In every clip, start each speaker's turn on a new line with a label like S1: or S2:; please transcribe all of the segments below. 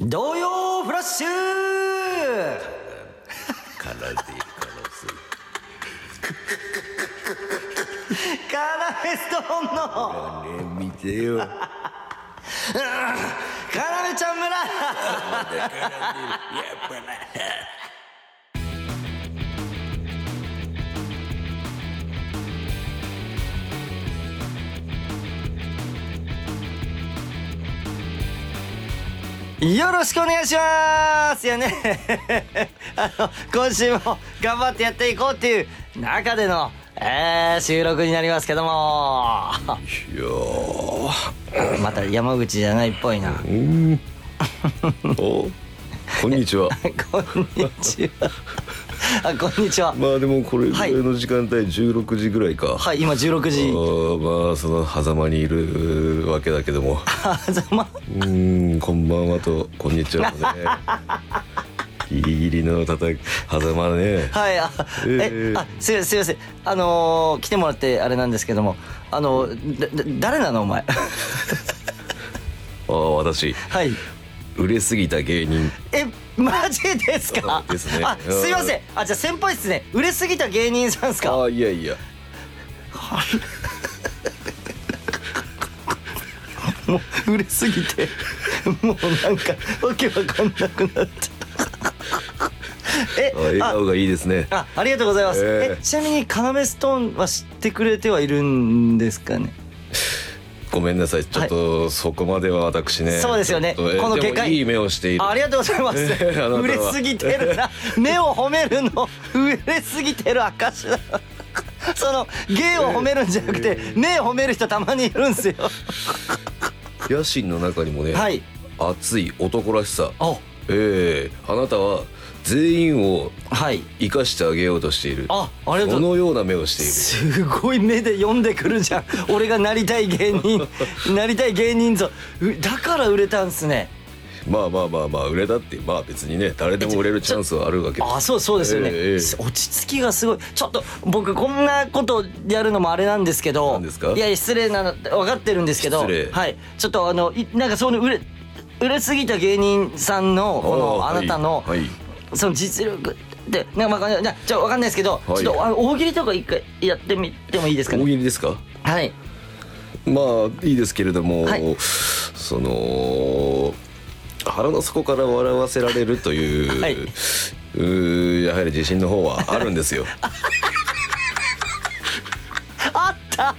S1: 童謡フラッシュ
S2: からで殺
S1: カラフェスト本能
S2: すね見てよま
S1: カラメちゃん村
S2: だからでやっぱな
S1: よろしくお願いしますよねあの今週も頑張ってやっていこうっていう中での、えー収録になりますけども
S2: いやー
S1: また山口じゃないっぽいな
S2: おこん にちは
S1: こんにちは あこんにちは
S2: まあでもこれぐら
S1: はい
S2: いの時間帯16時ぐらいか、
S1: はい今16
S2: あ
S1: 時
S2: ーまあその狭間にいるわけだけども
S1: あざま
S2: うーんこんばんはとこんにちは もねギリギリのたた狭間ね
S1: はいあ、え
S2: えー
S1: あすいませんすいませんあのー来てもらってあれなんですけどもあのだだ誰なのお前
S2: ああ私
S1: はい
S2: 売れすぎた芸人
S1: えマジですか
S2: そうですね
S1: あすいませんあじゃあ先輩っすね売れすぎた芸人さんっす
S2: あ
S1: か
S2: あいやいや
S1: もう売れすぎてもうなんかわけわかんなくなったえ
S2: あー笑
S1: あ
S2: 顔がいいですね
S1: あありがとうございます、
S2: え
S1: え
S2: ー
S1: ちなみにカナメストーンは知ってくれてはいるんですかね
S2: ごめんなさいちょっとそこまでは私ね、
S1: そうですよね
S2: ちょっとえ
S1: この結果
S2: でもいい目をしている
S1: ありがとうございます。
S2: えー あなたは
S1: 売れすぎてる な。目を褒めるの、売れすぎてる証だ。 その芸を褒めるんじゃなくて、目を褒める人たまにいるんですよ。
S2: 野心の中にもね、
S1: はい。
S2: 熱い男らしさ
S1: お、
S2: ええあなたは全員を
S1: はい。
S2: 生かしてあげようとしている
S1: あ、ありがと
S2: そう
S1: ございます。
S2: のような目をしている
S1: すごい目で読んでくるじゃん。俺がなりたい芸人、なりたい芸人ぞ。うだから売れたんすね。
S2: まあまあまあまあ売れたってまあ別にね誰でも売れるチャンスはあるわけです
S1: あそうそうですよね、
S2: ええええ
S1: 落ち着きがすごいちょっと僕こんなことやるのもあれなんですけど
S2: 何ですか
S1: いやいや失礼なの分かってるんですけど
S2: 失礼
S1: はいちょっとあのいなんかその売れ売れすぎた芸人さんのこのあ
S2: ー
S1: なたの、
S2: はいはい
S1: その実力ってなんかわかんないじゃわかんないですけど、
S2: はい
S1: ちょっとあの大喜利とか一回やってみてもいいですか
S2: 大
S1: ね
S2: 喜利ですか
S1: はい
S2: まあいいですけれども、
S1: はい
S2: その腹の底から笑わせられるという,、
S1: はいう
S2: ーやはり自信の方はある んですよ。
S1: あった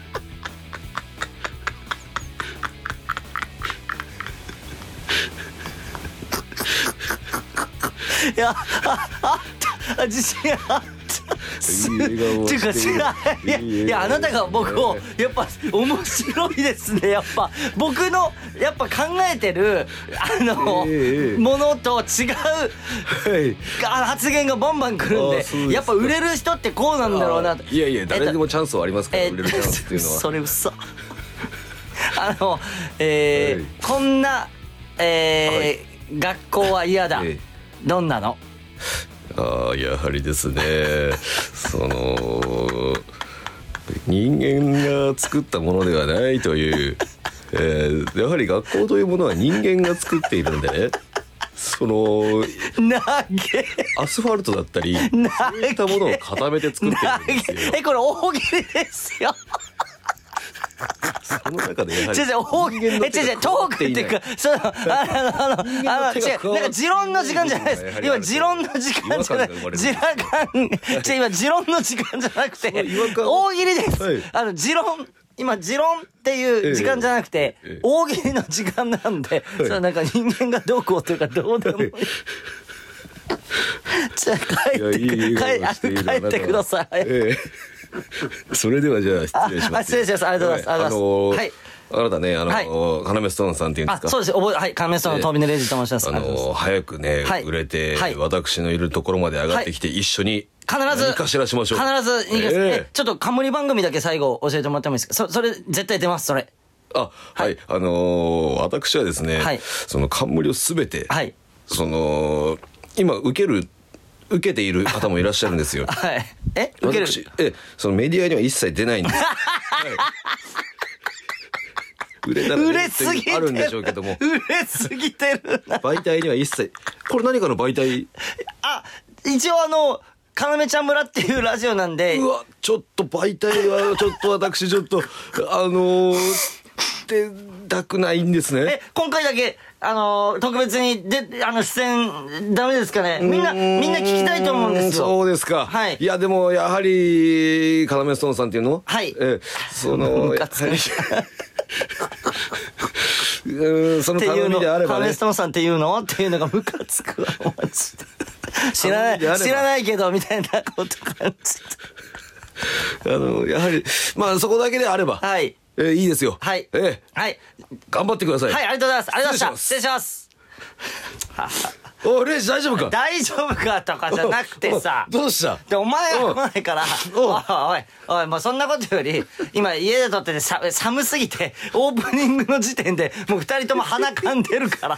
S1: いやああったあ自信あったす
S2: いい笑顔を
S1: っていうか
S2: している
S1: すいやいや
S2: いい笑顔
S1: いやあなたが僕を
S2: ね
S1: やっぱ面白いですねやっぱ僕のやっぱ考えてるあの、
S2: ええ
S1: ものと違う
S2: はい、
S1: あ発言がバンバン来るん
S2: あ
S1: で
S2: そうですか
S1: やっぱ売れる人ってこうなんだろうなと
S2: いやいや誰でもチャンスはありますから、
S1: えー
S2: 売れるチャンスっていうの は。
S1: それ嘘あのえー
S2: はい
S1: こんな、えー学校は嫌だ、
S2: え
S1: どんなの
S2: ああやはりですね その人間が作ったものではないという、えーやはり学校というものは人間が作っているんでねその
S1: 投げ
S2: アスファルトだっ たりそういったものを固めて作っているんです
S1: 投げ
S2: よ
S1: えこれ大喜利ですよ
S2: その中でやはり
S1: 違う違う大喜利え違う
S2: 人間の手
S1: 違う
S2: が
S1: トークっていうかそのあのあのあの
S2: 人間の手が
S1: 違う
S2: 加わ
S1: な
S2: っ
S1: んか
S2: て
S1: 持論の時間じゃないで
S2: や
S1: す
S2: はりあ
S1: 今
S2: る
S1: 持論の時間じゃない
S2: 違和感が生まれる
S1: 時間違う今持論の時間じゃなくて
S2: その違和感
S1: 大喜利です、
S2: はい
S1: あの持論今持論っていう時間じゃなくて、
S2: ええ
S1: 大喜利の時間なんで、そのなんか人間がどうこうというかどうでもいい。じゃあ帰って
S2: いやいい
S1: く
S2: 笑顔をしている
S1: 帰帰ってください。
S2: ええ それではじゃあ失礼し
S1: あ
S2: ま
S1: あ
S2: す。
S1: 失礼しますありがとうございますありがとうござい
S2: あのーあなたね、あのー、要ストーンさんっていうんで
S1: あ
S2: すか。
S1: そうです覚えはいカメストのトビネレイジと申します。
S2: あ
S1: ありがとうございます
S2: のー早くね、
S1: はい
S2: 売れて、
S1: はい
S2: 私のいるところまで上がってきて、一緒に
S1: 必ず
S2: 何かしらしましょう
S1: 必ずいいです、
S2: え
S1: えちょっと冠番組だけ最後教えてもらってもいいですかそそれ絶対出ますそれ
S2: えあはい、あのー私はですね、
S1: はい
S2: その冠をすべて、
S1: はい
S2: その今受ける受けている方もいらっしゃるん ですよ
S1: はいえ受ける
S2: 私ええそのメディアには一切出ないんですはい売れたら
S1: 売れすぎてる
S2: あるんでしょうけども
S1: 売れすぎてるな
S2: 媒体には一切これ何かの媒体
S1: あ一応あの「かなめちゃん村」っていうラジオなんで
S2: うわちょっと媒体はちょっと私ちょっとあのー、出たくないんですね
S1: え今回だけあの特別にであの出演ダメですかねみんなみんな聞きたいと思うんです
S2: そ
S1: よ
S2: うですか。
S1: はい
S2: いや、でも、やはり、カラメストーンさんっていうの
S1: はい
S2: ええその、
S1: ム
S2: や
S1: カつ
S2: は
S1: く
S2: りうんその
S1: っていう
S2: 頼み
S1: の
S2: であれば
S1: カメ
S2: ね
S1: ス。トンさんっていうのっていうのがムカつくわマジで知らない
S2: 頼みであれば
S1: 知らないけどみたいなこと感じて
S2: あの、やはり、まあ、そこだけであれば、
S1: はい
S2: ええいいですよ。
S1: はい
S2: ええ
S1: はい
S2: 頑張ってください。
S1: はいありがとうございますありがとうございました失
S2: 失
S1: 礼します
S2: おい、レイジ大丈夫か
S1: 大丈夫かとかじゃなくてさ
S2: おどうした
S1: でお前
S2: う
S1: が
S2: ん
S1: 来ないから
S2: うん
S1: おいおいおいもうそんなことより今家で撮っててさ寒すぎてオープニングの時点でもう二人とも鼻かんでる から。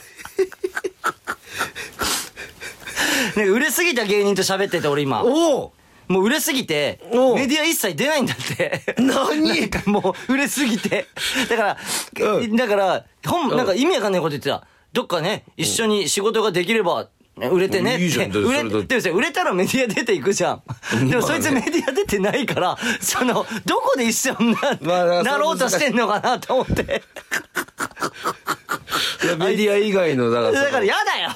S1: ね、売れすぎた芸人と喋ってて俺今
S2: おお
S1: もう売れすぎて
S2: おう
S1: メディア一切出ないんだって
S2: 何
S1: なんか もう売れすぎてだから、
S2: うん
S1: だから本、
S2: うん
S1: なんか意味わかんないこと言ってたどっかね一緒に仕事ができればね売れてねって
S2: いいじゃんだって
S1: 売れ
S2: それだって
S1: でもさ売れたらメディア出ていくじゃんでもそいつメディア出てないからそのどこで一緒にな,、
S2: まあだから
S1: なろうとしてんのかなと思って
S2: いやメディア以外の、だからその、
S1: だからやだよ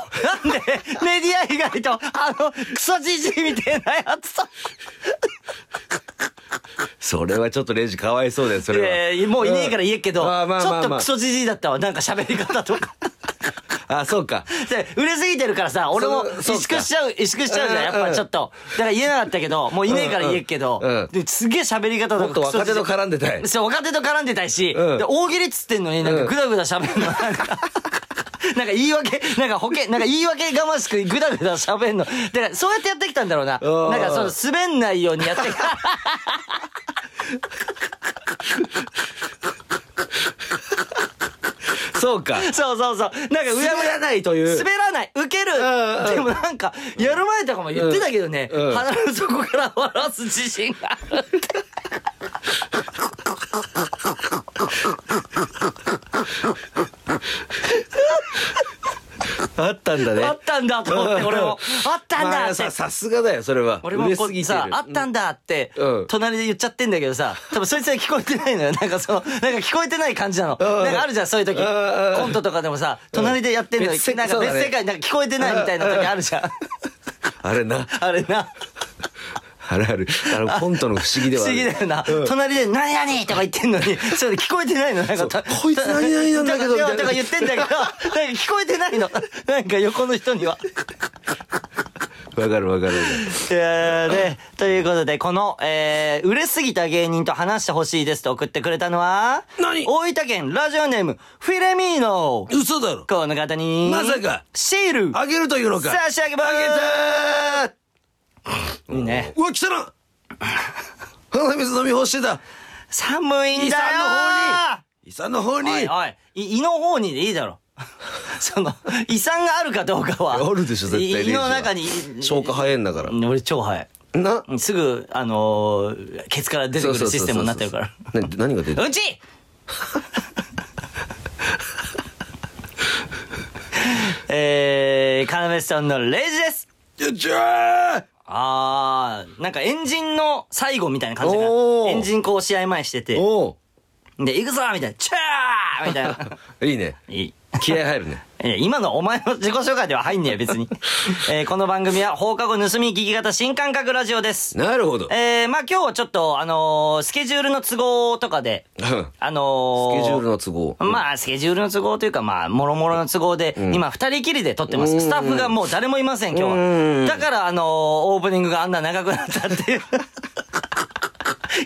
S1: なんでメディア以外とあのクソじじいみたいなやつと
S2: それはちょっとレイジかわいそうだよ、それは。
S1: えーもういねえから言えっけど、
S2: うんまあまあまあまあ
S1: ちょっとクソじじいだったわ、なんか喋り方とか。
S2: あ、そうか。
S1: で売れすぎてるからさ、俺も
S2: その
S1: 萎
S2: そう
S1: 縮
S2: か
S1: しちゃう、萎縮しちゃうじゃん、やっ
S2: うんうん
S1: ぱちょっと。だから言えなかったけど、もういねえから言えっけど、
S2: うんうん
S1: ですげえ喋り方とか。
S2: もっと若手と絡んでたい
S1: そう、若手と絡んでたいし、
S2: うん
S1: で大喜利っつってんのになんかグダグダ喋るの、なんか。 なんか言い訳、なんか保険、なんか言い訳がましくグダグダ喋んの。だからそうやってやってきたんだろうな。
S2: うん
S1: なんかその滑んないように やって きた。
S2: そうか。
S1: そうそうそう。なんかうやむ
S2: 滑
S1: や
S2: らないという。
S1: 滑らない受ける
S2: んうん
S1: でもなんかやる前とかも言ってたけどね、
S2: うんうん
S1: 鼻の底から笑す自信がある
S2: あったんだね。
S1: あったんだと思って俺もあったん
S2: ま
S1: だ
S2: あ
S1: って
S2: ささすがだよそれは
S1: 俺もこ
S2: 売れ
S1: う
S2: すぎて
S1: さ
S2: る
S1: あったんだって
S2: うん
S1: 隣で言っちゃってんだけどさ多分そいつは聞こえてないのよなんかそのなんか聞こえてない感じなの
S2: うんうん
S1: なんかあるじゃんそういう時
S2: うんうんうん
S1: コントとかでもさ隣でやってんのに
S2: 別世
S1: なんか
S2: そうだね
S1: 別世界なんか聞こえてないみたいな時あるじゃん
S2: あれな
S1: あれな
S2: あれあるあのコントの不思議で
S1: 不
S2: はあ
S1: 思
S2: る
S1: 議だよな、
S2: うん
S1: 隣で「何々」とか言ってんのにそれ聞こえてないのなんかた
S2: そうこいつ何々なんだけど
S1: とか
S2: みたいな
S1: とか言ってんだけどなんか聞こえてないのなんか横の人には。
S2: わかるわかるわか
S1: いやーねということでこの、えー、売れすぎた芸人と話してほしいですと送ってくれたのは
S2: 何
S1: 大分県ラジオネームフィレミーノ
S2: る嘘だろ
S1: この方に
S2: まさか
S1: シール
S2: あげるというのか
S1: 差し上げま
S2: あげ
S1: すいいね
S2: たーうわ来たな鼻水飲み干してた
S1: 寒いんだよー
S2: 遺産の方に遺産の方に
S1: おいおい、い胃の方にでいいだろ。 その、胃酸があるかどうかは。
S2: あるでしょ絶対
S1: い
S2: レイジ
S1: 胃
S2: は
S1: の中に。
S2: 消化早いんだから
S1: うん俺超早い。
S2: な
S1: うんすぐ、あのーケツから出てくるシステムになってるから。
S2: ら何が出てる
S1: うんちえー、カナメスさんのレイジです
S2: よっしゃ
S1: あー、なんかエンジンの最後みたいな感じが
S2: おー
S1: エンジンこう試合前して
S2: ー
S1: て、
S2: お
S1: で、行くぞみたいな、チャーみたいな。
S2: おいいね
S1: いい。
S2: 気合入るね
S1: えー今のお前の自己紹介では入んねえよ、別 に。えーこの番組は放課後盗み聞き型新感覚ラジオです。
S2: なるほど
S1: えー、まあ今日はちょっと、あのースケジュールの都合とかで、
S2: うん
S1: あの
S2: スケジュール
S1: の
S2: の都合
S1: まあ、スケジュールの都合というか、まあ、もろもろの都合で、今、二人きりで撮ってます。スタッフがもう誰もいません、今日は。だから、あのーオープニングがあんな長くなったっていう。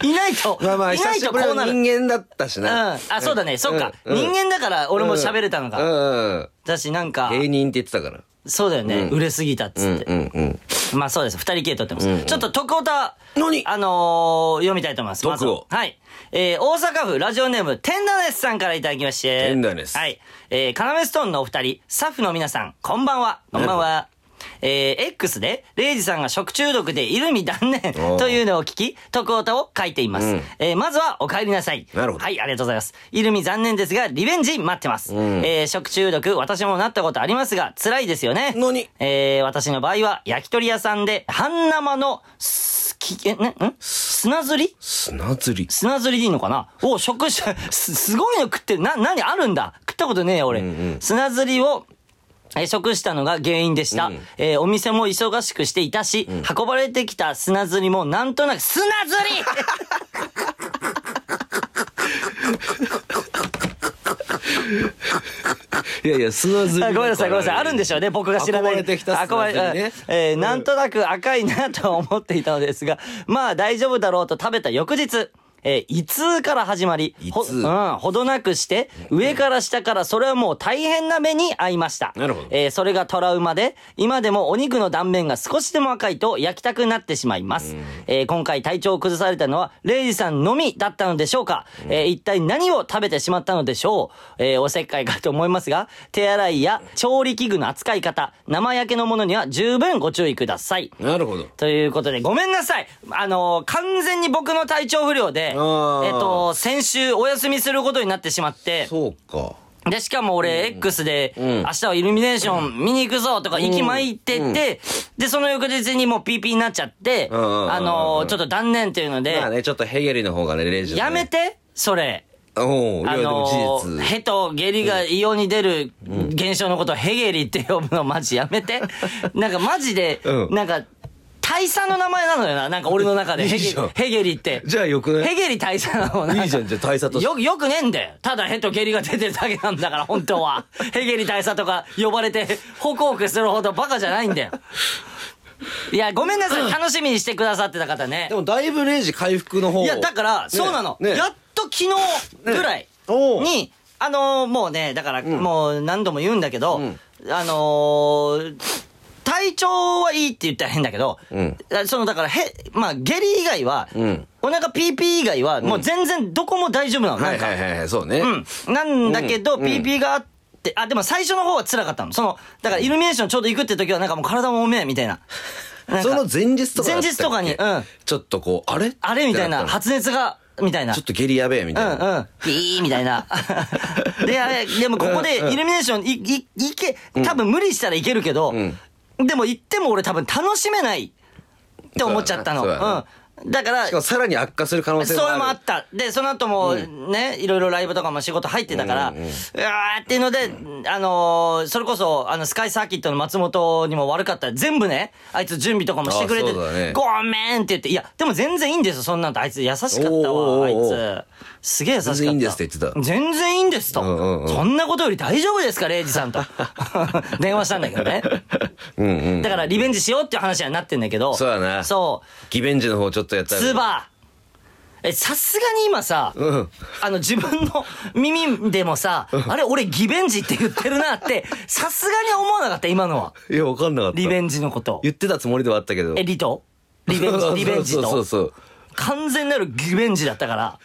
S1: いないと、
S2: まあまあ
S1: いな
S2: 久
S1: い
S2: し
S1: と
S2: ぶり
S1: こうな
S2: の
S1: る。
S2: 人間だったし
S1: うん。
S2: な
S1: あ、そうだね、そっか。
S2: うんうん
S1: 人間だから、俺も喋れたのか。
S2: うんうん
S1: だし、なんか。
S2: 芸人って言ってたから
S1: そうだよね、売れすぎたっつって、
S2: うんうん
S1: まあそうです二人系撮ってます、ちょっと徳太
S2: 何
S1: あのー、読みたいと思いますまず
S2: 徳を
S1: はいえー、大阪府ラジオネームテンダネスさんからいただきまして
S2: テンダネス
S1: はいえー、カナメストーンのお二人スタッフの皆さんこんばんはこんばんはえー X で、レイジさんが食中毒でイルミ断念
S2: おー
S1: というのを聞き、徳太を書いています。
S2: うん
S1: えーまずは、お帰りなさい。
S2: なるほど
S1: はい、ありがとうございます。イルミ残念ですが、リベンジ待ってます。
S2: ん
S1: えー食中毒、私もなったことありますが、辛いですよね。
S2: 何
S1: えー私の場合は、焼き鳥屋さんで、半生の、す、き、え、ね、ん砂ずり
S2: 砂釣り
S1: 砂ずりでいいのかなを食し、す、すごいの食ってる。な、何あるんだ食ったことねえよ、俺。砂ずりを、えー食したのが原因でした。えーお店も忙しくしていたし、運ばれてきた砂ずりもなんとなく、砂ずり
S2: いやいや砂釣り
S1: あ ごめんなさい、ごめんなさい。あるんでしょうね、僕が知らない。
S2: 運ばれてきた
S1: 運ばれ
S2: 砂ずりね
S1: うんえーなんとなく赤いなと思っていたのですが、まあ大丈夫だろうと食べた翌日。えー胃痛から始まり、ほ
S2: 胃
S1: う
S2: 痛
S1: ん、ほどなくして、上から下からそれはもう大変な目に遭いました。
S2: なるほど
S1: えーそれがトラウマで、今でもお肉の断面が少しでも赤いと焼きたくなってしまいます。えー今回体調を崩されたのは、レイジさんのみだったのでしょうか、えー一体何を食べてしまったのでしょうえーおせっかいかと思いますが、手洗いや調理器具の扱い方、生焼けのものには十分ご注意ください。
S2: なるほど
S1: ということで、ごめんなさい。あのー完全に僕の体調不良で、えっ
S2: あー
S1: と、先週お休みすることになってしまって、
S2: そうか
S1: で、しかも俺、X で、明
S2: ん
S1: 日はイルミネーション見に行くぞとか、息巻いてて、で、その翌日にもう PP になっちゃって、
S2: うんうんうんうん
S1: あのーちょっと断念っていうので、
S2: まあねちょっとヘゲリの方がねレジ、ね、
S1: やめて、それ。
S2: おういや
S1: あ
S2: でも
S1: の
S2: 事
S1: ー、
S2: 実
S1: ヘと下痢が異様に出る現象のことをヘゲリって呼ぶのマジやめ て。なんかマジで、
S2: うん
S1: なんか、大佐の名前なのよな、なんか俺の中で。
S2: いい
S1: ヘゲ
S2: じゃん
S1: ヘゲリって。
S2: じゃあよくね
S1: ヘゲリ大佐なの
S2: いいじゃんじゃあ大佐として
S1: よ、よくねえんだよ。ただヘと下痢が出てるだけなんだから、本当は。 ヘゲリ大佐とか呼ばれて、ホクホクするほどバカじゃないんだよ。いや、ごめんなさい。楽しみにしてくださってた方ね
S2: で。もだいぶレジ回復の方
S1: いや、だから、そうなの。
S2: ね
S1: やっと昨日ぐらい
S2: おう
S1: に、あのーもうね、だから、もう何度も言うんだけど、あのー体調はいいって言ったら変だけど、
S2: ん
S1: あそのだから、へ、まあ、下痢以外は、
S2: ん
S1: お腹 PP 以外は、もう全然どこも大丈夫なの。な
S2: は
S1: ん
S2: い
S1: か、
S2: はいはいはいそうね、
S1: うん。なんだけど、PP があって、あ、でも最初の方は辛かったの。その、だからイルミネーションちょうど行くって時は、なんかもう体も重めえみたいな。なん
S2: そ
S1: か
S2: の前日とかだったっけ
S1: 前日とかにうん
S2: ちょっとこうあれ
S1: あれみたい
S2: って
S1: な、
S2: ったの
S1: 発熱が、みたいな
S2: ちょっ。と下痢やべえみたいな、
S1: うんうん。ピーみたいな。 で、あれ、でもここでイルミネーション、い、い、いけ、多分無理したらいけるけど、でも行っても俺多分楽しめないって思っちゃったの。
S2: そうだな
S1: うん。だから
S2: しか、もさらに悪化する可能性もある
S1: それもあった。で、その後もね、いろいろライブとかも仕事入ってたから、うわーっていうので、あのーそれこそ、あの、スカイサーキットの松本にも悪かった。全部ね、あいつ準備とかもしてくれて、
S2: あそうだね
S1: ごめんって言って、いや、でも全然いいんですよ、そんなんと。あいつ優しかったわ、
S2: お
S1: あ
S2: ー
S1: い
S2: おーおー
S1: つ。すげえ優しかった。
S2: 全然いいんですって言ってた
S1: 全然いいんですと。
S2: うんうんうん
S1: そんなことより大丈夫ですか、レイジさ んと。電話したんだけどね。
S2: うんうん
S1: だから、リベンジしようっていう話にはなってんだけど。
S2: そうだな
S1: そう。
S2: ギベンジの方ちょっとやったら
S1: ツバえ、さすがに今さ、
S2: うん
S1: あの自分の耳でもさ、あれ俺ギベンジって言ってるな って、さすがに思わなかった今のは。
S2: いやわかんなかった
S1: リベンジのこと。
S2: 言ってたつもりではあったけど
S1: え、リトリベン
S2: そう
S1: ジ、リベンジ
S2: そう
S1: と。
S2: そうそう
S1: 完全なるギベンジだったから、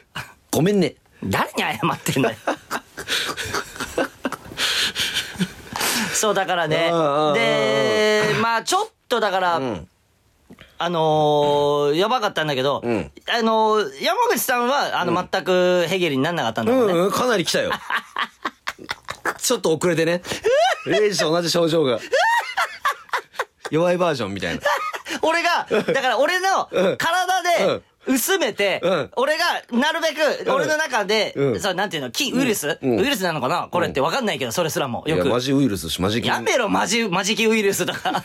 S2: ごめんね
S1: 誰に謝って んだよ。そうだからね
S2: うんうんう。ん
S1: で、まあちょっとだから、あのー、やばかったんだけど、
S2: ん
S1: あのー、山口さんは、あの、全くヘゲリになんなかったんだもんね。
S2: うん、うん、かなり来たよ。ちょっと遅れてね。レイジと同じ症状が。弱いバージョンみたいな。
S1: 俺が、だから俺の
S2: うん
S1: 体
S2: う
S1: で
S2: ん、
S1: 薄めて、
S2: うん
S1: 俺が、なるべく、
S2: ん
S1: 俺の中で、
S2: うん
S1: そう、なんていうの、菌、ウイルス、
S2: うん
S1: ウイルスなのかなこれってわかんないけど、それすらも。
S2: い
S1: よ
S2: や、
S1: く。
S2: マジウイルスし、マジ菌
S1: やめろ、マジ、マジキウイルスと か。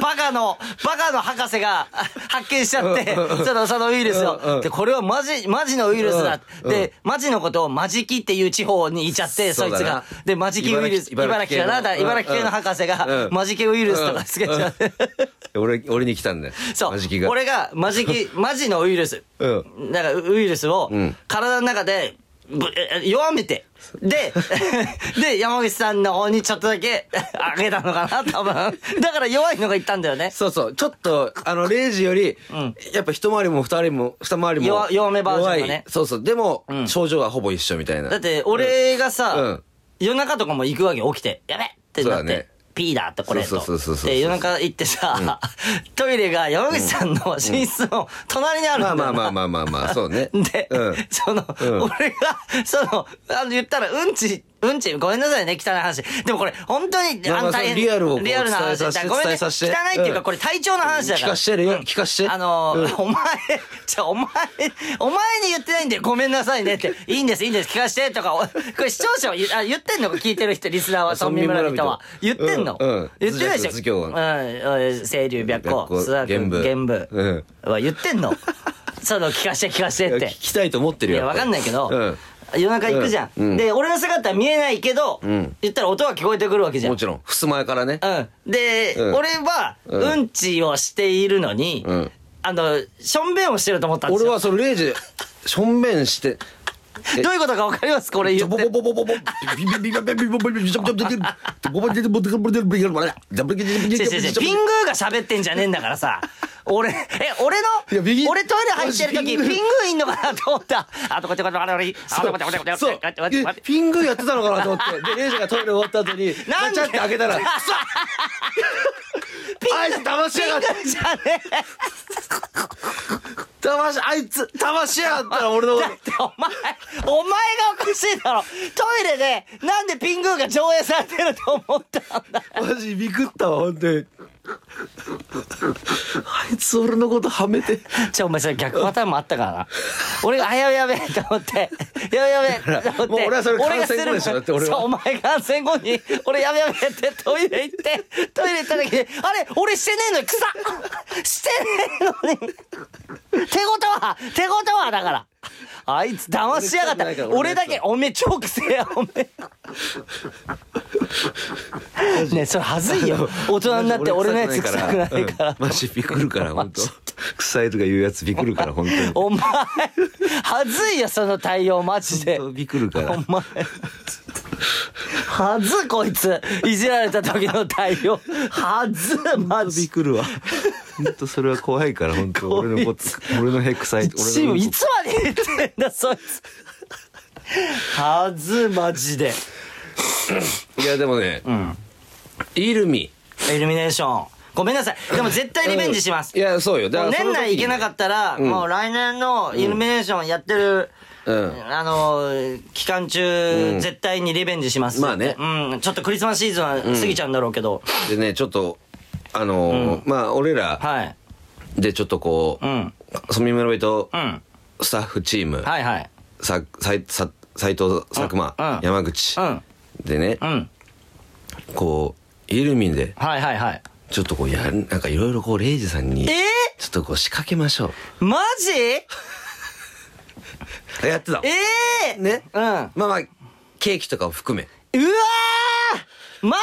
S1: バカの、バカの博士があ発見しちゃって、その、そのウイルス
S2: うんう
S1: を。
S2: ん
S1: で、これはマジ、マジのウイルスだ。
S2: うんうん
S1: で、マジのことをマジキっていう地方にいちゃって、そ
S2: そう
S1: い
S2: だな
S1: つが。で、マジキウイルス、茨
S2: 茨
S1: 城
S2: 城
S1: かなだから茨
S2: 茨城系の
S1: 城系の博士
S2: うん
S1: が
S2: う、ん
S1: マジキウイルスとかつけちゃって。
S2: 俺、俺に来たんだよ。
S1: そう。
S2: マジ菌が。
S1: 俺が、マジ キ、マジのウイルス。
S2: うん
S1: だから、ウイルスを
S2: ん、
S1: 体の中で、ぶえ弱めて。 で、で、山口さんの方にちょっとだけ、 あげたのかな、多分。だから弱いのがいったんだよね。
S2: そうそう。ちょっと、あの、レイジより、やっぱ一回りも二人も、二回りも。
S1: 弱弱めバージョンがね
S2: 弱いそうそう。でも、
S1: ん
S2: 症状はほぼ一緒みたいな。
S1: だって、俺がさ、
S2: うん
S1: 夜中とかも行くわけ、起きて。やべって
S2: そう
S1: な
S2: だ
S1: って。
S2: ね。
S1: P だとこれと。
S2: そうそうそうそう
S1: で、夜中行ってさ、 トイレが山口さんの寝室の隣にあるんだ
S2: まあ
S1: よ
S2: まあまあまあまあ まあ、そうね。
S1: で、
S2: うん。
S1: その、
S2: うん
S1: 俺が、その、あの、言ったら、うんち、うんち、ごめんなさいね、汚い話。でもこれ、本当に、
S2: まあまあ
S1: の大変
S2: そのリアルをこう
S1: リアルな話
S2: 伝えさせ
S1: だか
S2: て
S1: らごめんね、
S2: 伝えさせて
S1: 汚いっていうか、
S2: うん
S1: これ体調の話だから。
S2: 聞かしてるよ聞かして
S1: あの、
S2: うん
S1: お前、 じゃあお前、お前に言ってないんだよ、ごめんなさいねって。いいんです、いいんです、聞かして、とか、おこれ視聴者は言あ言ってんの聞いてる人、リスナーは、村民村人は。言
S2: 村
S1: っ
S2: 民村
S1: てん
S2: 人
S1: の、
S2: うんうん
S1: 言ってないで
S2: 頭
S1: しょ。
S2: 上頭上
S1: うん、清流白
S2: 白
S1: 虎、
S2: 虎
S1: 須田君、玄
S2: 玄武
S1: 武。は言ってんのその、聞かして、聞かしてっ
S2: いや
S1: て
S2: 聞。きたいと思って
S1: い
S2: るよ。
S1: や、わかんないけど、
S2: うん
S1: 夜中行くじゃん。
S2: うんうん
S1: で、俺の姿は見えないけど、
S2: ん
S1: 言ったら音は聞こえてくるわけじゃん
S2: も。ちろん、襖やからね。
S1: うん。で、
S2: うん
S1: 俺は、
S2: うん
S1: うんちをしているのに、
S2: うん
S1: あの、しょんべんをしてると思ったんです
S2: 俺
S1: よ。
S2: はその0時、しょんべんして、
S1: どういうことかわかりますこれ言って。違う違う違うピングーが喋ってんじゃねえんだからさ。俺、え、俺
S2: いやビギ
S1: の、
S2: ン
S1: 俺トイレ入ってる時、ピン
S2: ピン
S1: グ
S2: グー
S1: ーいんのかなと思った。あとこっちこっちあれあれ、あとこっちこっちこっちこっちこっちこっちこっち
S2: ピングやってたのかなと思って。で、レイジがトイレ終わった後に、ガチャって開けたら、あいつ騙しやがっ
S1: ピングーじゃねえ。
S2: た。騙し、あいつ、騙しやがったら俺のこ
S1: だってお前、お前がおかしいだろ。トイレで、なんでピングーが上映されてると思ったんだ。
S2: と。マジビクったわ、ほんとに。あいつ俺のことはめ て。
S1: ちょ、お前それ逆パターンもあったからな。俺が、あ、やべやべと思って、やべやべと思って。
S2: もう俺はそれ感染後
S1: が
S2: でしょだって俺は
S1: そう、お前感染後に、俺やべやべってトイレ行って、トイレ行った時に、あれ俺してねえのに、草してねえのに。手事は、手事はだから。あいつ騙しやがった
S2: 俺したくないか。ら
S1: 俺だけ、おめえ超くせえや、おめ え。ねえそれはずいよ。大人になって俺のやつ臭くないから。
S2: マジビクるから、ほんと。臭いとか言うやつビクるから、ほんとに。
S1: お前、はずいよ、その対応、マジで。
S2: ほん
S1: お
S2: とビクるから。
S1: 前。はず、こいつ。いじられた時の対応。はず、マ
S2: び
S1: ジ。
S2: くるわ。本当それは怖いから、本
S1: こ
S2: 当
S1: いつ
S2: 俺のこと、俺のヘクサイ、
S1: チーム、
S2: 俺の
S1: いつまで言ってんだ、そいつ。はず、マジで。
S2: いや、でもね、イルミ。
S1: イルミネーション。ごめんなさい。でも絶対リベンジします。
S2: いや、そうよ。
S1: もう年内行けなか
S2: っ
S1: ったら、もう来年のイルミネーションやってる、
S2: うん
S1: あのー、期間中、
S2: うん
S1: 絶対にリベンジします。
S2: まあね
S1: うん、ちょっとクリスマスシーズンは過ぎちゃうんだろうけど。
S2: た。でね、ちょっと、あのー、まあ、俺ら
S1: はい。
S2: でちょっとこ
S1: う
S2: う、
S1: ん。
S2: ソミムラビと
S1: うん。
S2: スタッフチーム、
S1: はいはい。
S2: さ、さい、さ、斎藤、佐久
S1: うんうん
S2: 間、山口
S1: うん。
S2: でね
S1: う、ん。
S2: こう、イルミで、
S1: はいはいはい。
S2: ちょっとこう、やる、なんかいろいろこう、レイジさんに、
S1: え
S2: ちょっとこう、仕掛けましょ
S1: ー、マジ
S2: う。やってた。
S1: えー、
S2: ね。
S1: うん。うわ
S2: まあまあ、ケーキとかを含め。
S1: ーマ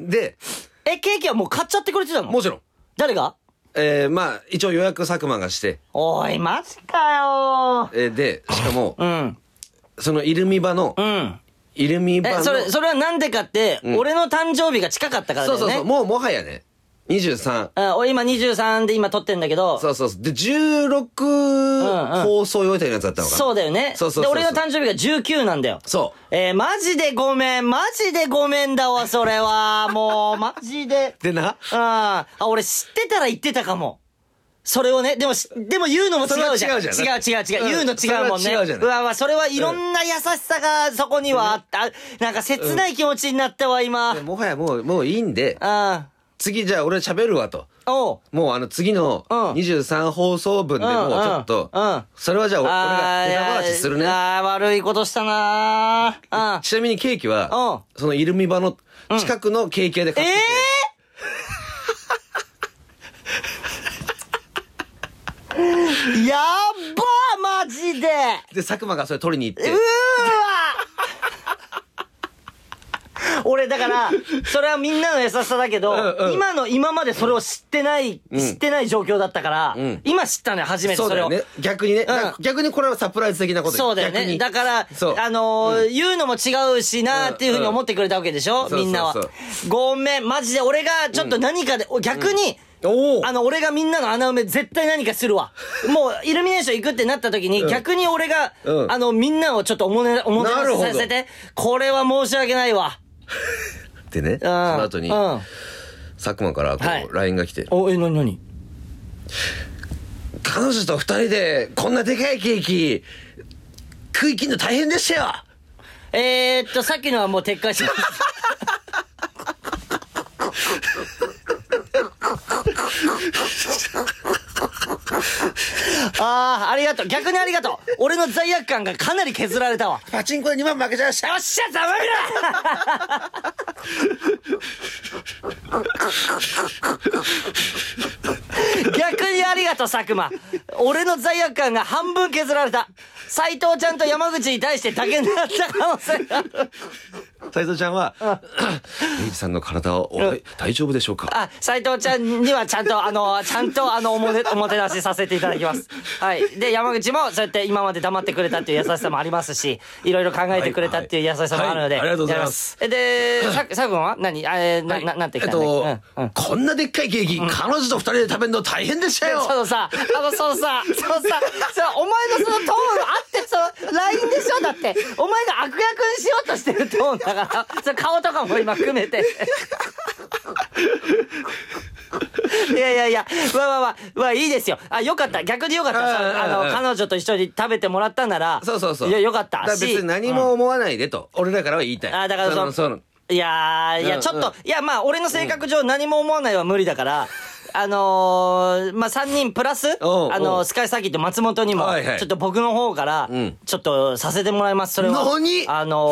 S1: ジ
S2: で、
S1: え、ケーキはもう買っちゃってくれてたの
S2: もちろん、
S1: 誰が
S2: えー、まあ、一応予約佐久間がして、
S1: おい、マジかよ
S2: えーで、しかも、
S1: ー。うん。
S2: そのイルミ場の
S1: う、ん。
S2: イルミ場
S1: え、
S2: の、
S1: それ、それはなんでかって、
S2: ん
S1: 俺の誕生日が近かったからだ
S2: そ
S1: よ
S2: う
S1: ね。
S2: そうそう、もうもはやね、23、
S1: うん俺今23で今撮ってんだけど、
S2: そうそうそう、で、
S1: んうん
S2: 16放送予定のやつだったのかな。
S1: そうだよね。
S2: そうそうそうそう
S1: で、俺の誕生日が19なんだよ。
S2: そ
S1: えー、マジでごめん、マジでごめんだわ、それ は。もう、マジで。
S2: う。でな、
S1: うん。あ、俺知ってたら言ってたかも。それをね、でもし、でも言うのも違うじゃん。
S2: それは違うじゃ
S1: 違う
S2: ん
S1: 違う違う。
S2: うん
S1: 言うの違うもん
S2: そ
S1: ね。
S2: れは違うじゃないう
S1: わうわ、それはいろんな優しさがそこにはあった。なんか切ない気持ちになったわ、今。う
S2: で
S1: ん。
S2: もはやもう、もういいんで、次じゃあ俺喋るわと。
S1: おう。
S2: もうあの次の
S1: うん
S2: 23放送分でもうちょっと
S1: うんうんうん、
S2: それはじゃあ俺
S1: あ
S2: が
S1: ー
S2: 手放しするね。
S1: あー悪いことしたなー。うん。
S2: ちなみにケーキは、そのイルミ場の近くのケーキ屋で買
S1: え
S2: ってきて、
S1: え ー、やっばマジで
S2: で、佐久間がそれ取りに行っ
S1: う
S2: て
S1: ー、わ俺だから、それはみんなの優しさだけど、
S2: うんうん
S1: 今の今までそれを知ってない、知ってない状況だったから、
S2: ん
S1: 今知ったのよ、初めて
S2: そう
S1: そ
S2: だ
S1: れを。
S2: よね。逆にね、
S1: ん
S2: な逆にこれはサプライズ的なことよ
S1: そうだよ
S2: 逆
S1: ね。
S2: に
S1: だから、
S2: そう
S1: あのー言うのも違うしなーっていうふうに思ってくれたわけでしょ、
S2: うんうん
S1: みんなは
S2: そうそう
S1: ごめん、マジで俺がちょっと何かで、逆に、
S2: おお
S1: あの、俺がみんなの穴埋め絶対何かするわ。もう、イルミネーション行くってなった時に、逆に俺が、
S2: うん
S1: あの、みんなをちょっとおもね、おもてな
S2: なる
S1: し
S2: ほど
S1: させて、これは申し訳ないわ。
S2: ってね、そ
S1: うん
S2: の後に
S1: う、ん
S2: 佐久間からこ、
S1: はいう
S2: LINE が来て、
S1: おえ何何
S2: 彼女と二人で、こんなでかいケーキ、食い切るの大変でしたよ
S1: えー、っとさっきのはもう撤回します ああありがとう逆にありがとう俺の罪悪感がかなり削られたわ
S2: パチンコで2万負けちゃいました
S1: よっしゃざまみろ逆にありがとう佐久間俺の罪悪感が半分削られた斎藤ちゃんと山口に対してだけになった可能性がある
S2: 斉藤ちゃんは、 エイジさんの体を、おい大丈夫でしょうか
S1: あ斎藤ちゃんにはちゃんとあ のちゃんとあのおもておもてなしさせていただきますはいで山口もそうやって今まで黙ってくれたっていう優しさもありますしいろいろ考えてくれたっていう優しさもあるので、
S2: はいはいありがとうございます
S1: やりえでさ佐久間は何あえーな、ななんて
S2: え
S1: 言
S2: っ
S1: ったんだっけ
S2: と、
S1: うんうん
S2: こんなでっかいケーキ、彼女と二人で食べるの大変でしたよ
S1: そのさ、あの、そのさ、そのさ、そのお前のそのトーンあって、その、ラインでしょだって、お前が悪役にしようとしてるトーンだから、その顔とかも今含めて。いやいやいや、わわわ、わ、いいですよ。あ、よかった。逆によかった。
S2: うんうんうん
S1: あの、彼女と一緒に食べてもらったなら、
S2: そうそうそう。
S1: いや、よかった。
S2: だら別
S1: し
S2: に何も思わないでと、俺らからは言いたい。
S1: あだから
S2: そ
S1: そ
S2: の、
S1: の
S2: その、
S1: いやー、い
S2: うん
S1: や、ちょっと、
S2: うん
S1: いや、まあ、俺の性格上何も思わないは無理だから、あのー、まあ、3人プラス、あ
S2: おうお
S1: の
S2: う
S1: スカイサーキット松本にも、
S2: はいはい
S1: ちょっと僕の方から
S2: うん、
S1: ちょっとさせてもらいます、それは。
S2: 何
S1: あの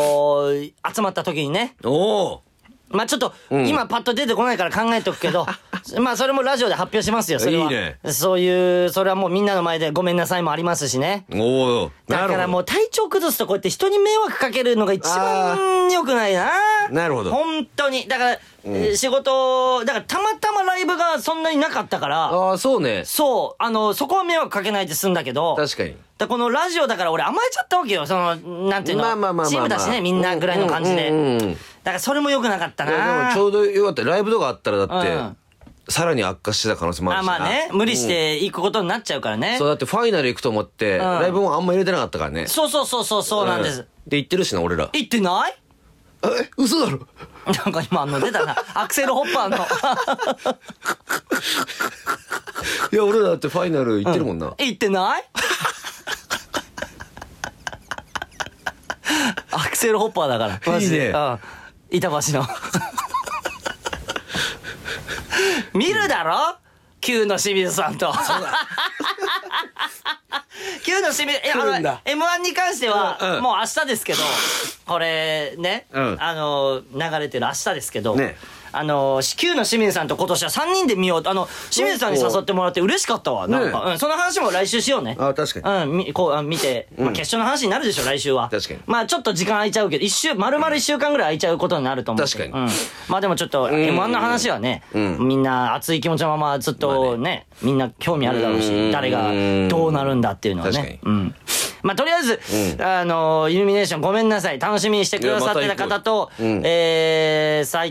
S1: ー、集まった時にね。
S2: おお
S1: まあ、ちょっと、今パッと出てこないから考えとく けど、まあ、それもラジオで発表しますよ、それは。
S2: いいね
S1: そういう、それはもうみんなの前でごめんなさいもありますしね。
S2: おお
S1: だからもう体調崩すとこうやって人に迷惑かけるのが一番良くないな。
S2: なるほど
S1: 本当に。だから、えー仕事、だからたまたまライブがそんなになかったから、
S2: ああ、そうね。
S1: そう、あの、そこは迷惑かけないで済んだけど、
S2: 確かに。
S1: だこのラジオだから俺甘えちゃったわけよ。その、なんていうの、
S2: まあまあまあまあまあ
S1: チームだしね、みんなぐらいの感じで。
S2: うんうんうんうん
S1: だからそれも良くなかった
S2: いやでも
S1: な
S2: ち。ょうどよかった。ライブとかあったらだって、
S1: うん
S2: さらに悪化してた可能性もある
S1: あ
S2: しな。
S1: まあね、無理して行くことになっちゃうからね。
S2: そうだってファイナル行くと思って、ライブもあんま入れてなかったからね。
S1: そうそうそうそうそうなんです。
S2: で、行ってるしな、俺ら。
S1: 行ってない
S2: え、嘘だろ
S1: なんか今あの出たな。アクセルホッパーの。
S2: いや、俺らだってファイナル行ってるもんな。
S1: 行ってない アクセルホッパーだからマジで
S2: いいね
S1: うん板橋の見るだろ旧の清水さんと旧の清水いやあの
S2: 来るん
S1: m
S2: だ
S1: 1に関して
S2: うん
S1: は
S2: うん
S1: もう明日ですけどこれね、
S2: うん
S1: あの流れてる明日ですけど、
S2: ね
S1: あの旧の清水さんと今年は3人で見ようあの清水さんに誘ってもらって嬉しかったわなんか、
S2: ね
S1: うん、その話も来週しようね。
S2: あ確か
S1: に。うん、みこうあ見て、まあ、決勝の話になるでしょ、来週は。
S2: 確かに
S1: まあ、ちょっと時間空いちゃうけど、一週、丸々一週間ぐらい空いちゃうことになると思うけど。
S2: 確かに
S1: うん。まあ、でもちょっと、M1 の話はね、みんな熱い気持ちのままずっとね、みんな興味あるだろう
S2: うん
S1: し、誰がどうなるんだっていうのは
S2: 確かに
S1: ね。うん。まあ、とりあえず、あの、イルミネーションごめんなさい。楽しみにしてくださってた方と、
S2: いやまた行こううん
S1: えー、斎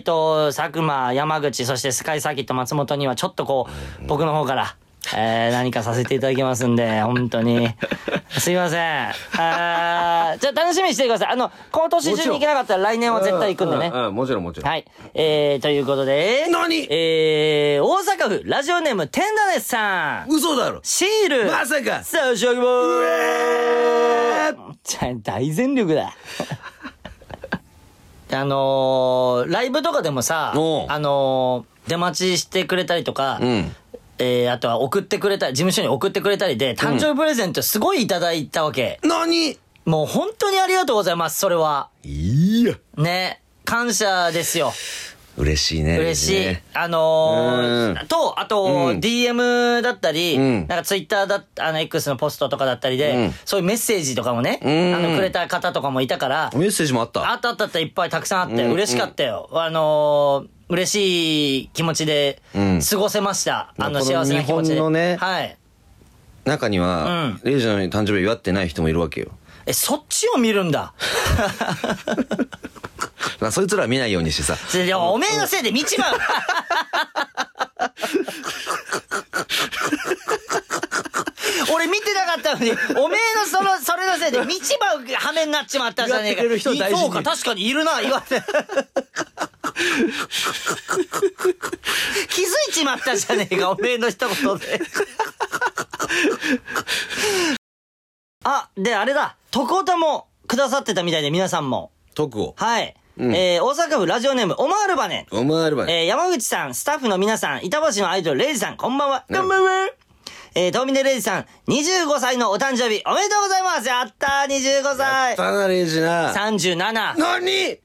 S1: 藤、佐久間、山口、そしてスカイサーキット松本にはちょっとこう、僕の方から、えー、何かさせていただきますん で、本当に。すいません。あーじゃあ楽しみにしてください。あの、今年中に行けなかったら来年は絶対行くんでね。
S2: うん、うんもちろんもちろん。
S1: はい。えー、ということで、
S2: 何
S1: えー、大阪府ラジオネームテンダネスさん。
S2: 嘘だろ
S1: シール
S2: まさか
S1: 差し上げまーすじゃあ 大全力だ。あのー、ライブとかでもさ、
S2: おう
S1: あのー、出待ちしてくれたりとか、
S2: ん
S1: えーあとは送ってくれたり、事務所に送ってくれたりで、誕生日プレゼントすごいいただいたわけ。
S2: 何
S1: もう本当にありがとうございます、それは。
S2: いや。
S1: ね。感謝ですよ。
S2: 嬉しいね。
S1: 嬉しい。
S2: ね
S1: あのー
S2: う
S1: と、あと、
S2: うん
S1: DM だったり、
S2: うん
S1: なんか Twitter だった、あの、X のポストとかだったりで、
S2: うん
S1: そういうメッセージとかもね、
S2: ん
S1: あの、くれた方とかもいたから、
S2: メッセージもあった。
S1: あったあったあったいっぱいたくさんあって、嬉しかったよ。あのー嬉しい気持ちで
S2: うん
S1: 過ごせました。あ
S2: まあ
S1: の、幸せな気持ちで。
S2: この日本のね
S1: はい。
S2: 中には、レイジの誕生日祝ってない人もいる わけよ。
S1: え、そっちを見るん だ。
S2: だからそいつらは見ないようにしてさ。
S1: それでもおめえのせいで見ちまう 俺見てなかったのに、おめえのその、それのせいで見ちまう羽目になっちまったじゃねえか。
S2: 言われてくれる人大事に
S1: そうか、確かにいるな、言われて。気づいちまったじゃねえか、おめえの一言で。あ、で、あれだ。徳太もくださってたみたいで、皆さんも。
S2: 徳を。
S1: はい。
S2: うん
S1: えー大阪府ラジオネーム、オマールバネン。
S2: おまわりば
S1: え
S2: ね。
S1: ー山口さん、スタッフの皆さん、板橋のアイドル、レイジさん、こんばんは。
S2: うん
S1: こんばんは。えー、遠峰レイジさん、25歳のお誕生日、おめでとうございますやったー、25歳
S2: たなレイジな。
S1: !37!
S2: 何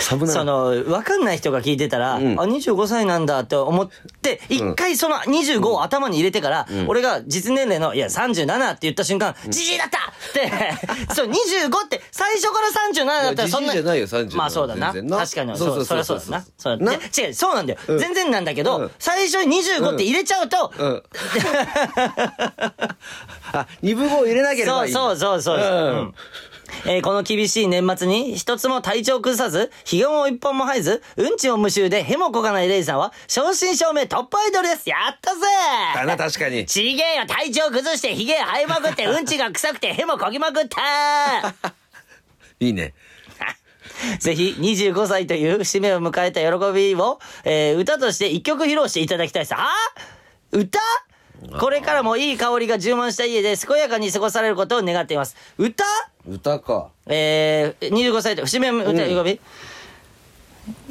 S2: サブな
S1: その、わかんない人が聞いてたら、
S2: ん
S1: あ、25歳なんだって思って、一回その25を頭に入れてから、俺が実年齢の、いや、37って言った瞬間、じじいだったって、そう、25って、 最初から37だったらそんな。
S2: いやジジイじゃないよ37
S1: まあそうだな。
S2: 全然な
S1: 確かに。
S2: そ
S1: そ、
S2: うそうう
S1: そ
S2: そ
S1: りゃ
S2: う
S1: そ
S2: そうう
S1: だな。そ
S2: そう
S1: だね
S2: う
S1: 違う、そうなんだよ。全然なんだけ
S2: う
S1: ど
S2: ん、
S1: 最初に25って入れちゃうと、
S2: うん。 あ、二分を入れなければいい。
S1: そうそうそうそう。
S2: うん
S1: うんえーこの厳しい年末に一つも体調を崩さず、ひげも一本も生えず、うんちも無臭でヘもこがないレイさんは、正真正銘トップアイドルですやった
S2: だ
S1: ぜ
S2: な、確かに。
S1: ちげえよ体調崩してひげ生えまくって、うんちが臭くてヘもこぎまくった
S2: いいね。
S1: ぜひ、25歳という節目を迎えた喜びを、えー歌として一曲披露していただきたいです。あー歌これからもいい香りが充満した家で健やかに過ごされることを願っています。歌
S2: 歌か。
S1: えー、25歳と節目を迎えた喜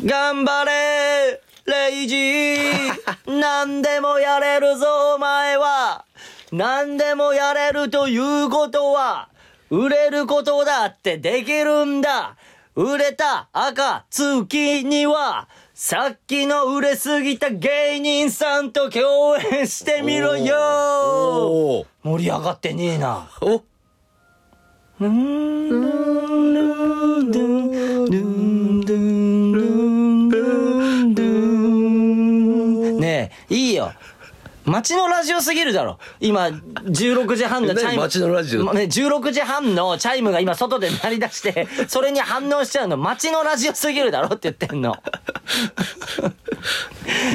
S1: び、頑張れレイジー何でもやれるぞお前は何でもやれるということは売れることだってできるんだ売れた暁にはさっきの売れすぎた芸人さんと共演してみろよ
S2: お
S1: 盛り上がってねえな
S2: ーお
S1: ねえ、いいよ。街のラジオすぎるだろ。今、16時半のチャイ
S2: 何
S1: ム。
S2: 街のラジオ
S1: まね、16時半のチャイムが今外で鳴り出して、それに反応しちゃうの、街のラジオすぎるだろって言ってんの。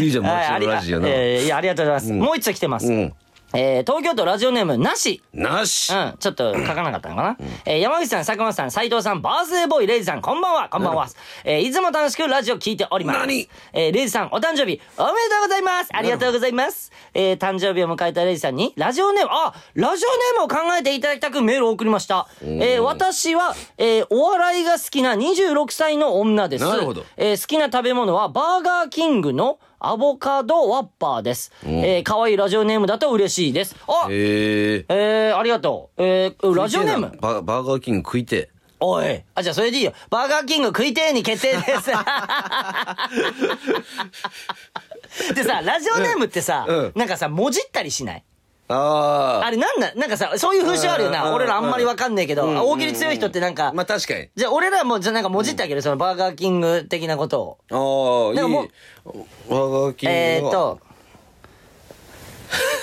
S2: いいじゃん、
S1: はい
S2: 街
S1: あり
S2: の
S1: が
S2: ラジオな。
S1: えーいや、ありがとうございます。もう一つ来てます。
S2: うん
S1: えー東京都ラジオネーム、なし。
S2: なし
S1: うん、ちょっと書かなかったのかな。えー山口さん、佐久間さん、斉藤さん、バースデーボーイ、レイジさん、こんばんは、こんばんは。えーいつも楽しくラジオ聞いております。
S2: 何
S1: えーレイジさん、お誕生日、おめでとうございますありがとうございますえー誕生日を迎えたレイジさんに、ラジオネーム、あ、ラジオネームを考えていただきたくメールを送りました。えー私は、えーお笑いが好きな26歳の女です。
S2: なるほど
S1: えー好きな食べ物はバーガーキングのアボカドワッパーです。えー可愛いラジオネームだと嬉しいです。あ、
S2: えー。
S1: えー、ありがとう。えー、ラジオネー
S2: 食いて
S1: ム
S2: えなババーガーキング食いて
S1: おい。あ、じゃあそれでいいよ。バーガーキング食いてえに決定 です。でさ、ラジオネームってさ、
S2: うんうん
S1: なんかさ、もじったりしない
S2: え。あ
S1: あれなんだ、なんかさ、そういう風習あるよ
S2: うんうん
S1: な。
S2: うん
S1: 俺らあんまりわかんねえけど、大喜利強い人ってなんか
S2: あ。、まあ確かに。
S1: じゃあ俺らも、じゃあなんかもじってあげる、そのバーガーキング的なことを。
S2: ああ、いい。
S1: で
S2: バ
S1: ももう
S2: ーガーキングは。
S1: えーっと、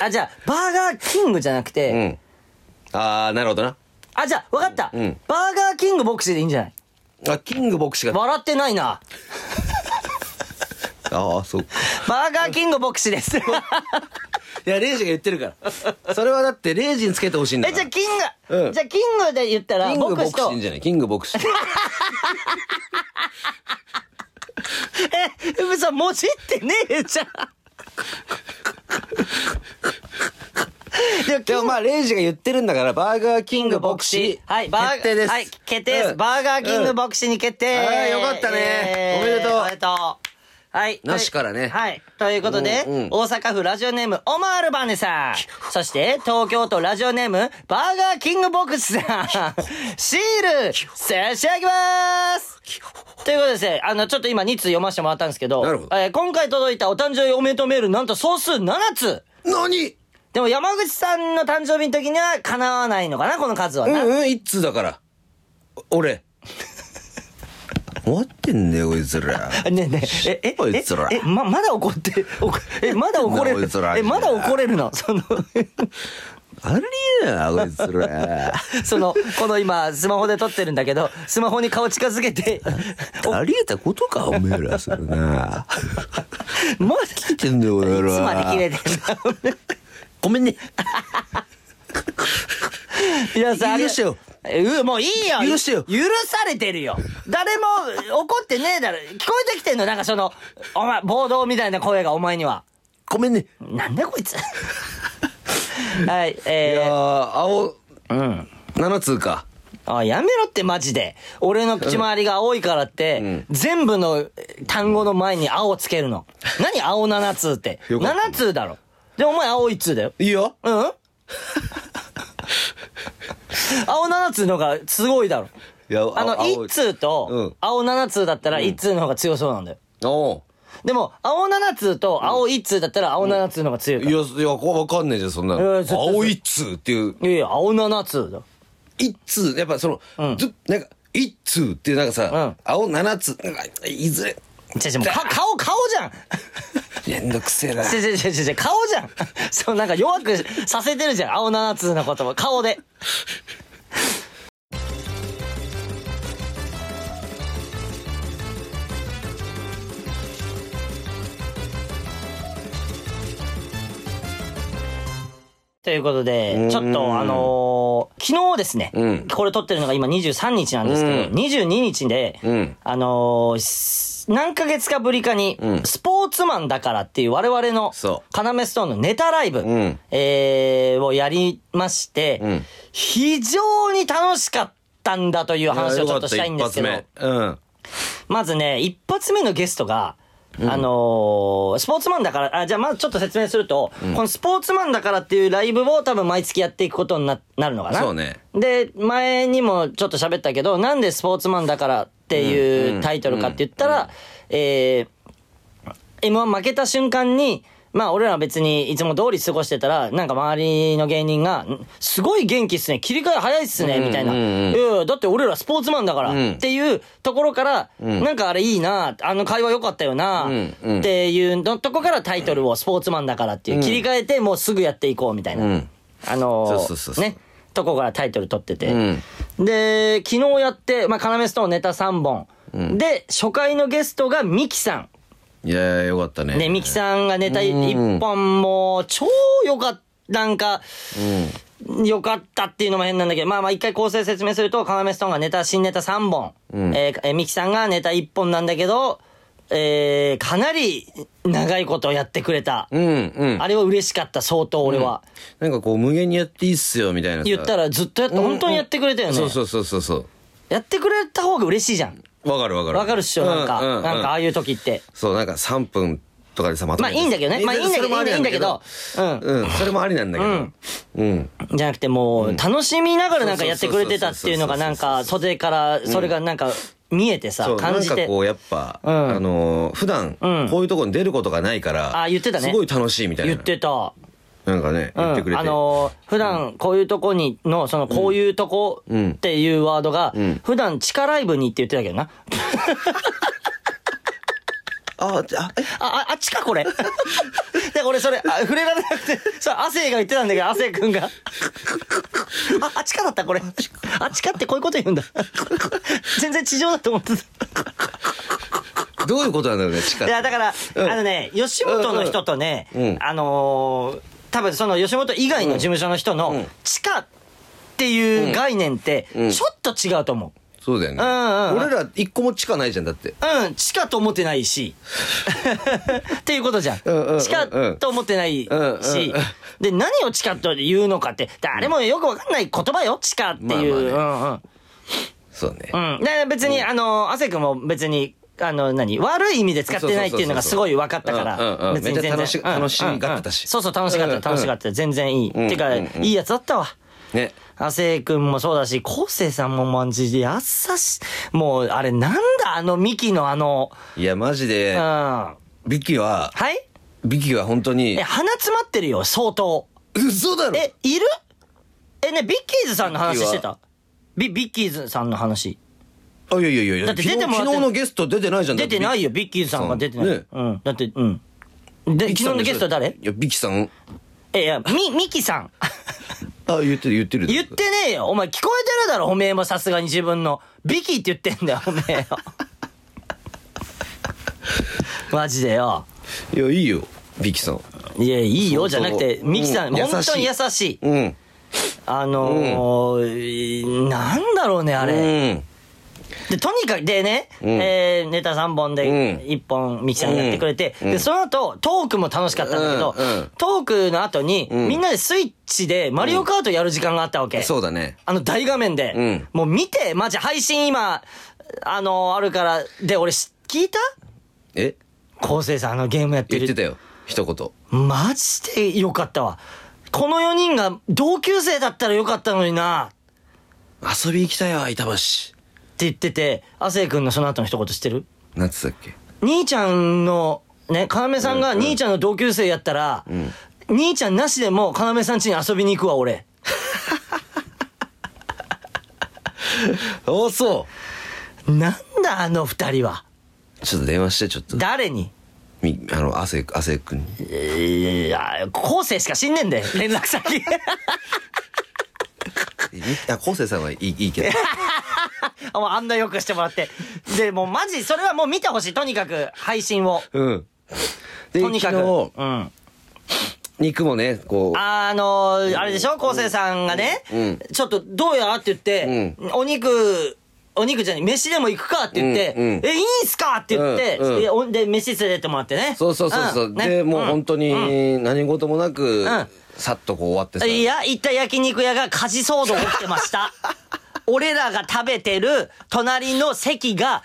S1: あ、じゃあ、バーガーキングじゃなくて、
S2: うん。ああ、なるほどな。
S1: あ、じゃあ、わかった、
S2: うん
S1: バーガーキングボクシーでいいんじゃない
S2: あ、キング牧師が。
S1: 笑ってないな。
S2: ああ、そ うか。
S1: バーガーキング牧師 です。え、じゃ
S2: いや、レイジが言ってるから。 それはだって、レイジにつけてほしいんだから。
S1: あキング、
S2: うん
S1: じゃあキングで言ったら、
S2: キング
S1: 牧
S2: 牧
S1: 師
S2: 師い
S1: と
S2: いん、じゃないキング 牧師。
S1: え、嘘、もじってねえじゃん。
S2: でもまあ、レイジが言ってるんだから、バーガーキング牧師。
S1: はい、バー
S2: 決定です。
S1: はい、決定です。
S2: うん
S1: バーガーキング牧師に決定。
S2: うんはいよかったね
S1: えー
S2: おめでとう
S1: おめでとう。はい。
S2: なしからね
S1: はい。ということで、
S2: うんうん
S1: 大阪府ラジオネーム、オマールバネさん。そして、東京都ラジオネーム、バーガーキング牧師 さん。シール、差し上げますということでですね、あの、ちょっと今2通読ませてもらったんですけど、
S2: なるほど
S1: えー今回届いたお誕生日おめでとうメール、なんと総数7つ
S2: 何
S1: でも山口さんの誕生日の時には叶わないのかな、この数は
S2: う
S1: な。
S2: んうん、一通だから。お俺。終わってんだよ、こいつら。
S1: ねえねえ、え、え、
S2: こいつら
S1: え、えま、まだ怒って、おこえ、まだ怒れ
S2: こ
S1: る
S2: いつら。
S1: え、まだ怒れるのその、
S2: ありえな、こいつら。
S1: その、この今、スマホで撮ってるんだけど、スマホに顔近づけて、
S2: ありえたことか、おめえら、それな。
S1: おま
S2: 聞いてんだよ、俺
S1: だ、いつまで
S2: ら。
S1: 切れ
S2: て。
S1: てんだ。
S2: ごめんね。
S1: 皆さん、あ
S2: 言
S1: り
S2: い出したよ。
S1: えうもういいよ
S2: 許してよ
S1: 許されてるよ誰も怒ってねえだろ聞こえてきてんのなんかその、お前、暴動みたいな声がお前には。
S2: ごめんね。
S1: なんだこいつ はい、
S2: いやー、
S1: え
S2: 青、
S1: ー、うん。
S2: 7通か。
S1: あ、やめろってマジで。俺の口周りが青いからって、全部の単語の前に青つけるの。何青7通って。
S2: よかった
S1: 7通だろ。で、お前青1通だよ。
S2: いいよ。
S1: うん青7通の方がすごいだろ。
S2: いや
S1: あの、
S2: 青
S1: 1通
S2: う
S1: と
S2: ん、
S1: 青7通だったら1通の方が強そうなんだよ。
S2: お
S1: でも、青7通と青1通だったら青7通の方が強い
S2: い
S1: か
S2: や、
S1: ら。
S2: いや、わかんねえじゃん、そんない
S1: や
S2: の。
S1: 絶対
S2: 青一通っていう、
S1: いやいや、青7通だ。
S2: 一通、やっぱその、
S1: ん
S2: ずなんか、一通っていうなんかさ
S1: うん、
S2: 青7通、なんかいずれ、
S1: 違う違う、もうか顔、顔じゃん
S2: めんどくせえな。
S1: 違う違う違う違う、顔じゃん そう、なんか弱くさせてるじゃん、青七つの言葉、顔で。 ということで、ちょっとあのー昨日ですね、
S2: うん
S1: これ撮ってるのが今23日なんですけど、
S2: うん
S1: 22日で、
S2: うん
S1: あのーす何ヶ月かぶりかに、
S2: うん
S1: スポーツマンだからっていう我々の、
S2: そ
S1: カナメストーンのネタライブ、
S2: ん
S1: えーをやりまして、
S2: うん
S1: 非常に楽しかったんだという話をちょっとしたいんですけど、
S2: よかった一発目うん。
S1: まずね、一発目のゲストが、あのースポーツマンだから、あ、じゃあまずちょっと説明すると、このスポーツマンだからっていうライブを多分毎月やっていくことにななるのかな。
S2: そうね。
S1: で、前にもちょっと喋ったけど、なんでスポーツマンだからっていうタイトルかって言ったら、えー、M1 負けた瞬間に、まあ俺らは別にいつも通り過ごしてたら、なんか周りの芸人が、んすごい元気っすね、切り替え早いっすね、みたいな。
S2: うんうんうん
S1: いやいやだって俺らスポーツマンだから、
S2: ん
S1: っていうところから、なんかあれいいな、あの会話良かったよな、
S2: んうん
S1: っていうのとこからタイトルをスポーツマンだからっていう、切り替えてもうすぐやっていこうみたいな。
S2: うん
S1: あのー
S2: そうそうそうそう
S1: ね、とこからタイトル取ってて。で、昨日やって、まあ、要ストーンネタ3本。で、初回のゲストがミキさん。
S2: いやー、よかったね。
S1: ね、ミキさんがネタ1本もう超良かった。なんか、良かったっていうのも変なんだけど、まあまあ一回構成説明すると、要ストーンがネタ、新ネタ3本。えーえーミキさんがネタ1本なんだけど、えーかなり長いことをやってくれた。
S2: うん、うん。
S1: あれは嬉しかった、相当俺は。
S2: なんかこう、無限にやっていいっすよ、みたいなさ。
S1: 言ったらずっとやって、本当にやってくれたよね。
S2: そうそうそうそうそ
S1: やってくれた方が嬉しいじゃん。
S2: う。わかるわかる。
S1: わかるっしょ、なんか。なんかああいう時って。
S2: そう、なんか3分とかでさ、まとめて
S1: まあいいんだけどねまあいいんだけど
S2: それもありなん
S1: いいんだけど
S2: うん。それもありなんだけど。うん。
S1: じゃなくてもう、楽しみながらなんかやってくれてたっていうのがなんか、袖から、それがなんか、見えてさ
S2: そう、、な
S1: 感
S2: ん
S1: じ
S2: か
S1: て。
S2: こう、やっぱ、あのー、普段、こういうとこに出ることがないから、
S1: あ言ってたね
S2: すごい楽しいみたいな。
S1: 言ってた。
S2: なんかね、
S1: うん
S2: 言ってくれて。
S1: あのー普段こういうとこにの、その、こういうとこっていうワードが、普段地下ライブにって言ってたけどな。
S2: あ、あ、え
S1: あ、あ、あっちかこれ。 で、俺それ、あ触れられなくて、それ、亜生が言ってたんだけど、亜生くんが。あ、あっちかだった、これ。あっちかってこういうこと言うんだ。全然地上だと思ってた。
S2: どういうことなんだろうね、地下
S1: いや、だから、
S2: うん
S1: あのね、吉本の人とね、
S2: うん
S1: あのー多分その吉本以外の事務所の人
S2: う
S1: の
S2: ん、
S1: 地下っていう概念って、
S2: うん
S1: ちょっと違うと思う。
S2: そうだよね。
S1: うんうんうん
S2: 俺ら一個も地下ないじゃん、だって。
S1: うん、地下と思ってないし。 っていうことじゃん。
S2: うんうんうん
S1: 地下と思ってないし
S2: うんうんうん。
S1: で、何を地下と言うのかって、誰もよくわかんない言葉よ、地下っていう。
S2: ま
S1: うん
S2: そうね。
S1: うん。うん。で、別に、あの、亜生君も別に、あの、何悪い意味で使ってないっていうのがすごい分かったか
S2: そうそうそうそううんうんう
S1: ら。
S2: ん
S1: 別に全然。
S2: めっちゃ楽
S1: う
S2: し
S1: んうん
S2: 楽しがってたし
S1: そうそう、楽しかった、楽しかった。全然いい。
S2: ん
S1: てか、いいやつだったわ。
S2: ね。
S1: 亜生君もそうだし、昴生さんもマジで優しい。もう、あれ、なんだ、あの、ミキのあの、
S2: いや、マジ
S1: う
S2: で
S1: ん。、は
S2: ビキはいビキは本当に
S1: え、鼻詰まってるよ、相当。
S2: 嘘だろ
S1: え、いるえ、ね、ビッキーズさんの話してた。ビ、ビッキーズさんの話。
S2: あいやいやいやいや
S1: だって
S2: 昨日
S1: 出てもらって
S2: 昨日のゲスト出てないじゃん
S1: 出てない
S2: よ
S1: よ、ビッキーズさんが出てない。
S2: ね
S1: うん。だって、うん。で、昨日のゲスト誰
S2: いやビキさん
S1: え、いや、み、ミキさん。
S2: あ言ってる言ってる
S1: 言ってねえよ。お前聞こえてるだろ、おめえもさすがに自分の。ビキって言ってんだよ、おめえよ。 マジでよ。
S2: いやいいよビキさん
S1: いや、いいよ、じゃ
S2: 相当
S1: なくて、ミキさん、
S2: うん
S1: 本当に優
S2: 優
S1: しい。
S2: うん
S1: あのーなんだろうね、あ
S2: あ
S1: れ。
S2: れ
S1: で、とにかく、でね、
S2: うん
S1: えーネタ3本で
S2: うん
S1: 1本、ミキさんがやってくれて、
S2: うんう
S1: で、
S2: ん
S1: その後、トークも楽しかったんだけど、
S2: うんうん
S1: トークの後に、
S2: ん
S1: みんなでスイッチでマリオカートやる時間があったわけ。
S2: そうだね
S1: あの大画面で、
S2: うん
S1: もう見て、マジ配信今、あのあるから、で、俺し、聞いた
S2: え
S1: 昴生さん、あのゲームやって
S2: 言
S1: る。
S2: ってたよ一言
S1: マジでよかったわ。この4人が同級生だったらよかったのにな、
S2: 遊びに来たよ板橋
S1: って言ってて、亜生君のその後の一言知ってる
S2: なんつったっけ
S1: 兄ちゃんの、ね、要さんが
S2: うんうん
S1: 兄ちゃんの同級生やったら、兄ちゃんなしでも要さん家に遊びに行くわ、俺。
S2: おそ
S1: なんだ、あの二人は。
S2: うちょっと電話してちょっと
S1: 誰に
S2: みあの汗汗くんに
S1: いや、後世しか知んねんで、連絡 先。
S2: みあ昴生さんはいいいいけど
S1: あもうあんなよくしてもらって。で、もうマジ、それはもう見てほしい。とにかく、配信を。
S2: うんで
S1: とにかく。
S2: 昨日
S1: うん。
S2: 肉もねこう
S1: あのー、あれでしょ昴生さんがね、
S2: うん
S1: ちょっとどうやって言って、お肉、お肉じゃない、飯でも行くかって言って、
S2: うんうん
S1: え、いいんすかって言って、
S2: うんうん
S1: でおで、飯連れてってもらってね。
S2: そうそうそうそう、
S1: んね
S2: でもう本当
S1: ん
S2: に何事もなく、
S1: ん
S2: さっとこう終わってさ
S1: いや、行った焼肉屋が火事騒動起きてま した。俺らが食べてる隣の席が、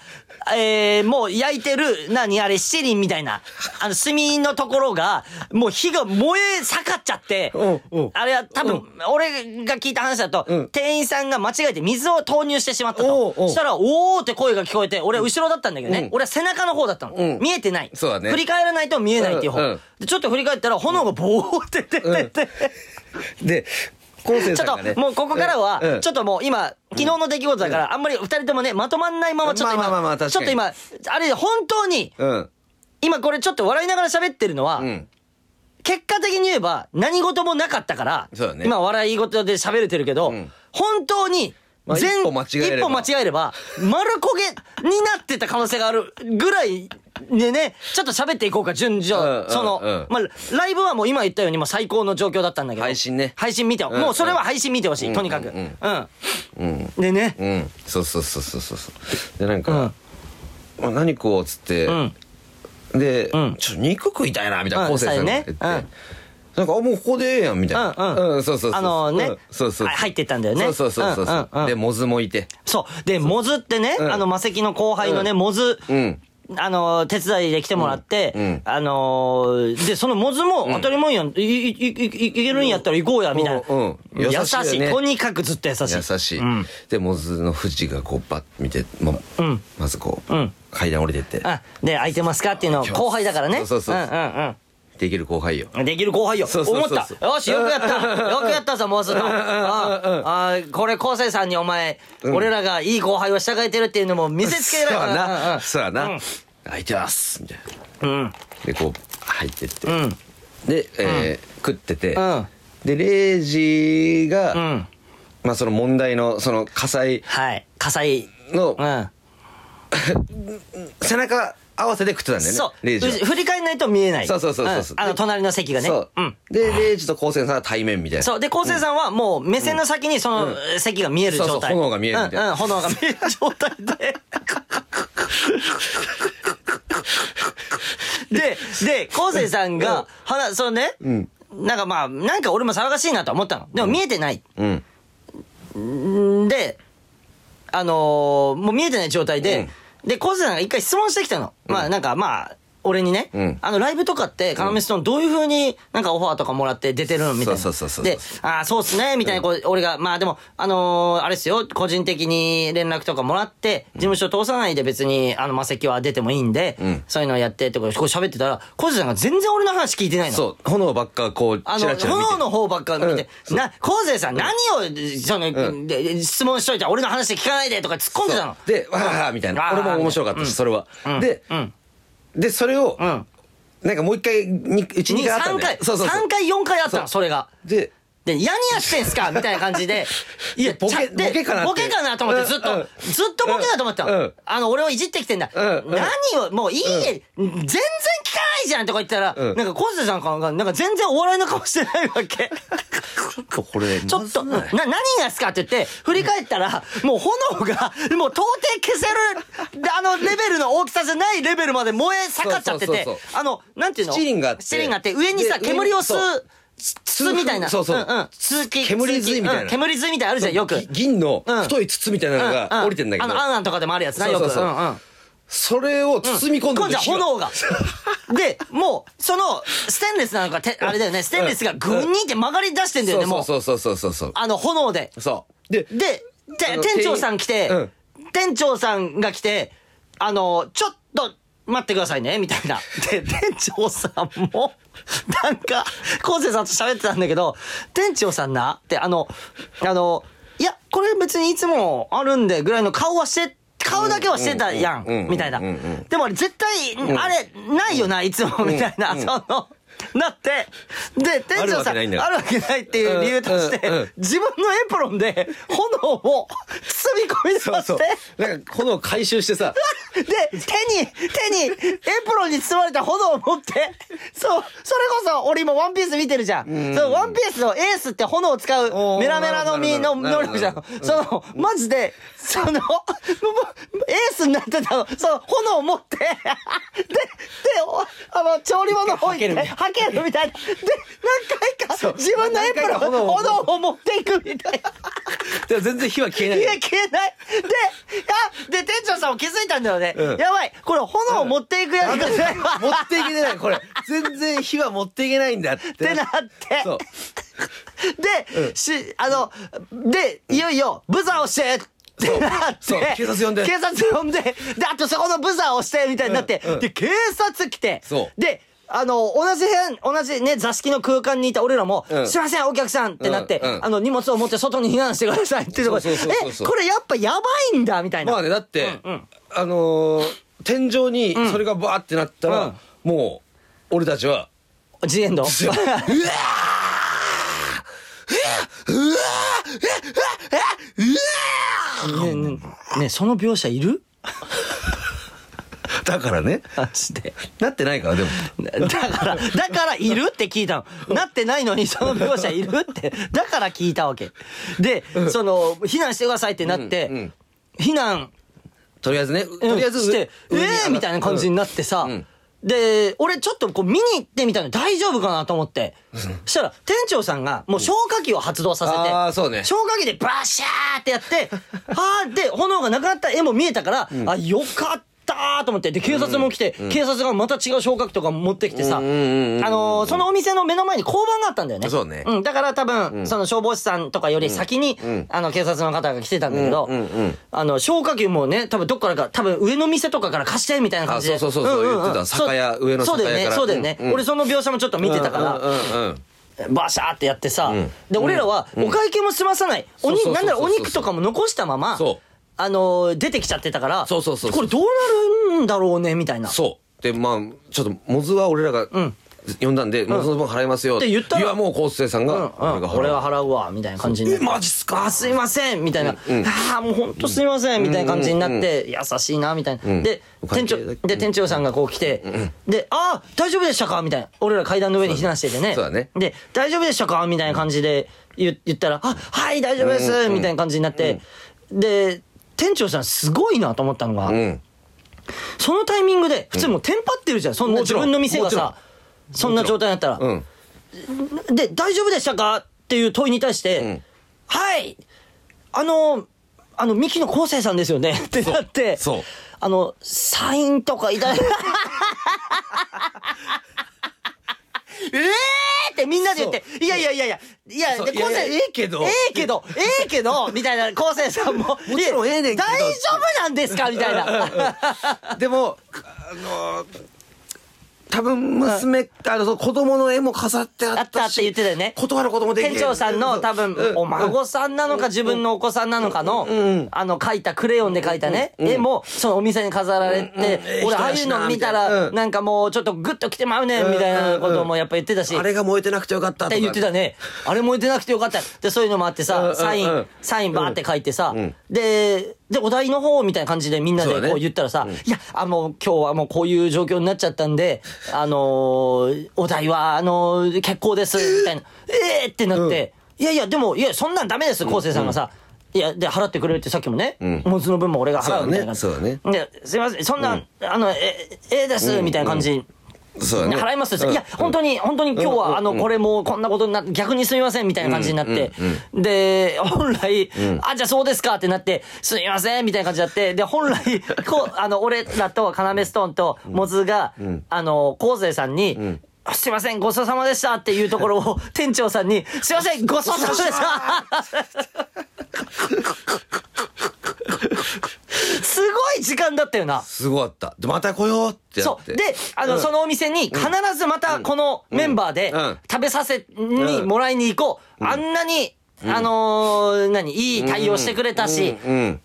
S1: えー、もう焼いてる、何あれ、七輪みたいな、あの、炭のところが、もう火が燃え盛っちゃって
S2: うんうん、
S1: あれは多分、俺が聞いた話だと、
S2: うん
S1: 店員さんが間違えて水を投入してしまった
S2: おう
S1: と。
S2: おう
S1: したら、おーって声が聞こえて、俺は後ろだったんだけどね、
S2: うん
S1: 俺は背中の方だったの。
S2: うん
S1: 見えてない。
S2: そうだね
S1: 振り返らないと見えないっていう方。
S2: うんうん
S1: でちょっと振り返ったら、炎がボーって出てて、
S2: で昴生
S1: ち
S2: さん
S1: ょ
S2: が、
S1: っ
S2: ね、
S1: と、もうここから
S2: う
S1: は、
S2: ん
S1: ちょっともう今、昨日の出来事だから、あんまり二人ともね、まとまんないまま、ちょっと
S2: まあまあまあまあ
S1: 今、
S2: 確
S1: ち
S2: か
S1: ょっ
S2: に
S1: と今、あれ、本当に、
S2: うん
S1: 今これちょっと笑いながら喋ってるのは
S2: う、ん
S1: 結果的に言えば、何事もなかったから
S2: そうだ、ね
S1: 今笑い事で喋れてるけど
S2: ん、
S1: 本当に、
S2: まあ
S1: 全
S2: 一歩間違えれば
S1: 一歩間違えれば、丸焦げになってた可能性があるぐらいでね、ちょっと喋っていこうか、順序
S2: うんうんう。ん
S1: その、まあ、ライブはもう今言ったように、もう最高の状況だったんだけど。
S2: 配信ね
S1: 配信見てよ。
S2: うんうん
S1: もうそれは配信見てほしい、とにかく。
S2: う
S1: うん
S2: うん
S1: ん。
S2: うん
S1: でね。
S2: うんそうそうそうそうそうそうでなん
S1: う
S2: か
S1: ん。
S2: 「まあ、何食おう」っつって、
S1: うん。
S2: で、
S1: ん
S2: ちょっと肉食いたいな」みたい
S1: うん
S2: な昴生さんが言って、
S1: そうだよね
S2: なんか、あ、もうここでええやん、みたいな。
S1: うんうん
S2: そうそうそ
S1: あ
S2: う。
S1: のね
S2: うんそうそう。
S1: あ入ってったんだよね
S2: そうそうそうそう。
S1: うんうんうん
S2: で、モズもいて。
S1: そう。で、モズってね、
S2: うん
S1: あの、魔石の後輩のね、モズ。
S2: うん。
S1: あの、手伝いで来てもらって、
S2: うんうん
S1: あのーで、そのモズも当たり前やん、いいいいいけるんやったら行こうや、みたいな。
S2: うんうん
S1: 優
S2: 優
S1: し
S2: しい
S1: い
S2: よね
S1: とにかくずっと優しい。
S2: 優しい、
S1: うん。
S2: でモズの富士がこうバッて見て、ま
S1: ん
S2: まずこう、
S1: うん
S2: 階段降りてって
S1: あ、で、空いてますかっていうのを
S2: 今日
S1: 後輩だからね。
S2: そうそうそう
S1: うんうん
S2: できる後輩よ
S1: うん。できる後輩よ。
S2: そうそうそうそう
S1: 思った。よし、よくやっ た。よくやったぞ、モズと。ああ、これ、昴生さんにお前、俺らがいい後輩を従えてるっていうのも見せつけられ
S2: そう
S1: たう
S2: や
S1: んうん
S2: なそうやな、
S1: うん
S2: 開いてますみたいな
S1: うん。
S2: でこう入ってって、
S1: うん。
S2: で、えー食ってて、
S1: うん
S2: でレイジが、
S1: うん。
S2: まあその問題のその火災
S1: はい。火災。
S2: の
S1: うん。
S2: 背中合わせで食ってたんだよね
S1: そう。
S2: レイジは
S1: う振り返らないと見えない。
S2: そうそうそうそうそうん
S1: あの、隣の席がね。
S2: そう、
S1: うん。
S2: でレイジと高専さんは対面みたいな
S1: そう。で、昴生さんはもう目線の先にそのえー席が見える
S2: そうそう
S1: 状態。
S2: 炎が見えるみたいな
S1: うんうん、炎が見える状態 で。で、で、昴生さんが、話、そのね、なんかまあ、なんか俺も騒がしいなと思ったの。でも見えてない。
S2: うん
S1: んで、あのーもう見えてない状態で、で、昴生さんが一回質問してきたの。まあ、なんかまあ、俺にね、
S2: うん
S1: あの、ライブとかって、カナメストーンどういう風になんかオファーとかもらって出てるのみたいな。
S2: そうそうそうそう
S1: で、ああ、そうっすね、みたいな、こう、俺が、まあでも、あのーあれっすよ、個人的に連絡とかもらって、事務所通さないで別に、あの、魔石は出てもいいんで、
S2: ん
S1: そういうのをやってとか、こう喋ってたら、昴生さんが全然俺の話聞いてないの。
S2: そう炎ばっかこう
S1: あ
S2: チ
S1: の、
S2: ラチラ見て
S1: 炎の方ばっか見て、な、昴生さん、何を、その、
S2: うん
S1: で質問しといたら俺の話聞かないでとか突っ込んでたの。
S2: そうで、わーみたいな。
S1: わー
S2: 俺も面白かったし、それは。で、
S1: うん。
S2: で、それを、
S1: うん。
S2: なんかもう一回、にうちに
S1: 2、
S2: 回あったん
S1: 3
S2: だよ
S1: 回、
S2: そうそうそう
S1: 3。回、4回あったの、
S2: そ
S1: それが。
S2: で、
S1: で、やにやしてんす かみたいな感じで。いや、
S2: ボケ
S1: ちゃで
S2: ボケかなって
S1: ボケかなと思って、ずっ
S2: うん
S1: と
S2: うん、
S1: ずっとボケだと思ってた
S2: う
S1: の
S2: ん。
S1: あの、俺をいじってきてんだ。
S2: うんうん
S1: 何を、もういいえ、全然聞かないじゃんとか言ったら、
S2: うん
S1: なんか、昴生さんが、なんか全然お笑いの顔してないわけ。
S2: ちょっとこれ
S1: ちょっと、
S2: ま
S1: な、
S2: ずい
S1: 何がですかって言って、振り返ったら、もう炎が、もう到底消せ る、あのレベルの大きさじゃないレベルまで燃え盛っちゃって
S2: そうそう
S1: て
S2: そう、
S1: あの、なんていうの
S2: 七輪があって
S1: 七輪があって、上にさ、
S2: で
S1: 煙を吸
S2: 上
S1: う、筒みたいな。
S2: そうそうん
S1: うん。通気。
S2: 煙吸いみたいな
S1: うん煙吸いみたいなのあるじゃん、よく。
S2: ぎ銀の
S1: うん
S2: 太い筒みたいなの
S1: うう
S2: が降りてんだけど
S1: あの、アンアンとかでもあるやつな、よく。
S2: そうそうそうん
S1: ん
S2: それを包み込んで
S1: 今度は
S2: 火
S1: 炎が。 で、もう、その、ステンレスなんかて、あれだよね、ステンレスがぐんにって曲がり出してんだよね、もう。
S2: そうそうそうそうそうそう
S1: あの、炎で。
S2: そうで
S1: で、
S2: あ
S1: て
S2: の
S1: 店長さん来て、
S2: うん
S1: 店長さんが来て、あの、ちょっと待ってくださいね、みたいな。で、店長さんも、なんか、昴生さんと喋ってたんだけど、店長さんな、って、あの、あの、いや、これ別にいつもあるんで、ぐらいの顔はして、顔だけはしてたや
S2: うんうんうん
S1: ん
S2: う、ん
S1: みたいな。
S2: うんうん
S1: でもあれ絶対、あれ、ないよな、いつも、みたいな、その、なって、で、店長さ
S2: あるわけ
S1: ん、
S2: ないんだから
S1: あるわけないっていう理由として、
S2: うんうんうん
S1: 自分のエプロンで炎を包み込み
S2: そ
S1: さ
S2: う
S1: せ
S2: そう
S1: て、
S2: なんか炎を回収してさ
S1: で、手に、手に、エプロンに包まれた炎を持って、そう、それこそ、俺今ワンピース見てるじゃん。そのワンピースのエースって炎を使
S2: お
S1: う、
S2: ー
S1: メラメラの身の
S2: なるほ
S1: 能力
S2: ど
S1: じゃ。
S2: なん
S1: その、マジで、その、もうエースになってたの、その炎を持って、で、で、おあの、調理場の方行って、吐けるみたいな。で、何回か、自分のエプロン、
S2: 何回か炎を
S1: 炎を持っていくみたいな。
S2: でも全然火は消えない
S1: いや、消えない。で、あ、で、店長さんも気づいたんだよね。
S2: うん
S1: やばい、これ炎を持っていくやつだよ。
S2: 持っていけてないこれ全然火は持っていけないんだってっ
S1: ってなって。
S2: そう
S1: で、し、あの、で、いよいよ、ブザーをしてってなって
S2: そう警察呼んで
S1: 警察呼んで、で、あとそこのブザーを押して、みたいになって、
S2: うんうん
S1: で、警察来て
S2: そ、う
S1: で、あの、同じ部屋、同じね、座敷の空間にいた俺らも、
S2: うん
S1: すいません、お客さんってなって、
S2: うんうん
S1: あの、荷物を持って外に避難してくださいっていうところで、
S2: そうそうそうそう
S1: え、これやっぱやばいんだ、みたいな。
S2: まあねだって、
S1: うんうん
S2: あのー天井にそれがバーってなったら、もう俺たちは
S1: ジエンド
S2: うわーうわーうわーう
S1: ね
S2: わ
S1: ねねその描写いる
S2: ーだからね
S1: マジで。
S2: なってないからでも
S1: だから、だからいるって聞いたの。なってないのにその描写いるって、だから聞いたわけ。で、その、避難してくださいってなって、
S2: うんうん
S1: 避難、
S2: とりあえずねとりあえず
S1: うんして、え
S2: 上上に上が
S1: ーみたいな感じになってさ、
S2: うん
S1: で、俺ちょっとこう見に行ってみたの大丈夫かなと思って。そしたら店長さんがもう消火器を発動させて、
S2: あーそうね
S1: 消火器でバシャーってやって、 あーで、炎がなくなった絵も見えたから、あ、よかった。と思ってで警察も来て、警察がまた違う消火器とか持ってきてさ、
S2: うんうんうんうん
S1: あのーそのお店の目の前に交番があったんだよね
S2: そうね
S1: ん、だから多分、その消防士さんとかより先に、あの警察の方が来てたんだけど、
S2: うんうんうん
S1: あの消火器もね多分どっからか多分上の店とかから貸してみたいな感じで
S2: あそうそうそうそう言ってた酒屋上の酒屋から
S1: そうだよねそうだよね、
S2: うんうん
S1: 俺その描写もちょっと見てたから、
S2: うんうんうん
S1: バシャーってやってさ、で俺らはお会計も済まさない、お
S2: そうそうそうそう
S1: になんだろうお肉とかも残したまま
S2: そう
S1: あのー出てきちゃってたから
S2: そうそうそうそう
S1: これどうなるんだろうねみたいな
S2: そうでまあちょっとモズは俺らが呼んだんで、モズの分払いますよ
S1: って言ったら
S2: いやもう昴生さんが、
S1: うんうん、俺が
S2: は
S1: 払うわみたいな感じになって
S2: えマジっすか
S1: あすいませんみたいな、ああもう本当すいませんみたいな感じになって、優しいなみたいな、
S2: ん
S1: で
S2: お会
S1: 店
S2: 計
S1: 長
S2: だ
S1: で店長さんがこう来て、で「ああ大丈夫でしたか?」みたいな俺ら階段の上に避難しててね
S2: そうだね
S1: で「大丈夫でしたか?」みたいな感じで言言ったら「あはい大丈夫です」みたいな感じになって、で店長さんすごいなと思ったのが、
S2: うん
S1: そのタイミングで普通もうテンパってるじゃんそんな
S2: も
S1: 自
S2: ちろん
S1: 分の店が
S2: も
S1: さそんな状態になったら。
S2: うん
S1: で、大丈夫でしたかっていう問いに対して、
S2: ん
S1: はいあの、あの、ミキの昴生さんですよ ねってなって、
S2: そう
S1: あの、サインとかいただい て、えーってみんなで言って、いやいやいやいや、いや、
S2: そう
S1: で昴生
S2: いやいやええけど
S1: ええけど、ええけど、みたいな、昴生さん も、も
S2: ちろんええねんけど
S1: 大丈夫なんですかみたい な。
S2: でも、あのー多分娘、あの、その子供の絵も飾ってあ
S1: あ
S2: っ
S1: った
S2: た
S1: って
S2: し、
S1: 言ってたよね。
S2: 断ることもできない
S1: 店長さんの多分
S2: うん
S1: お孫さんなのか自分のお子さんなのかの
S2: うん
S1: あの描いたクレヨンで描いたね絵もそのお店に飾られて
S2: うん
S1: 俺ああいうの見た
S2: うん
S1: ら
S2: うん
S1: なんかもうちょっとグッと来てまうねみたいなこともやっぱ言ってたし
S2: あれが燃えてなくてよかった
S1: っ
S2: とか
S1: て言ってたね。あれ燃えてなくてよかった。で、そういうのもあって
S2: うんうんう
S1: さ、サ
S2: ん
S1: イン、サインバーって書いてさ、で、で、お題の方みたいな感じでみんなで
S2: そうだ
S1: こう
S2: ね
S1: 言ったらさ、いや、あの、今日はもうこういう状況になっちゃったんで、 あのー、お題は、あのー、結構です、みたいな、ええってなって、いやいや、でも、いや、そんなんダメです、昴生さんがさ。いや、で、払ってくれるってさっきもね、
S2: ん
S1: もつの分も俺が払うみたいな。
S2: そうだね
S1: ですいません、そんなん、あの、え、ええです、みたいな感じ。
S2: そうだね
S1: 払います
S2: うん
S1: いや、本当に、本当に今日は、あの、これもうこんなことになって、逆にすみません、みたいな感じになって、で、本来、あ、じゃあそうですかってなって、すみません、みたいな感じになって、で、本来、こう、あの、俺らと、要ストーンと、モズが、あの、昴生さんに、あすいません、ごちそうさまでしたっていうところを、 店長さんに、すいません、ごちそうさまでした すごい時間だったよな。
S2: すごかったでまた来ようってや
S1: そ
S2: っ
S1: う。
S2: て
S1: で、あの、そのお店に必ずまたこのメンバーで
S2: うんうん
S1: 食べさせにもらいに行こう。あんなに、あのー、何、いい対応してくれたし、
S2: うんうん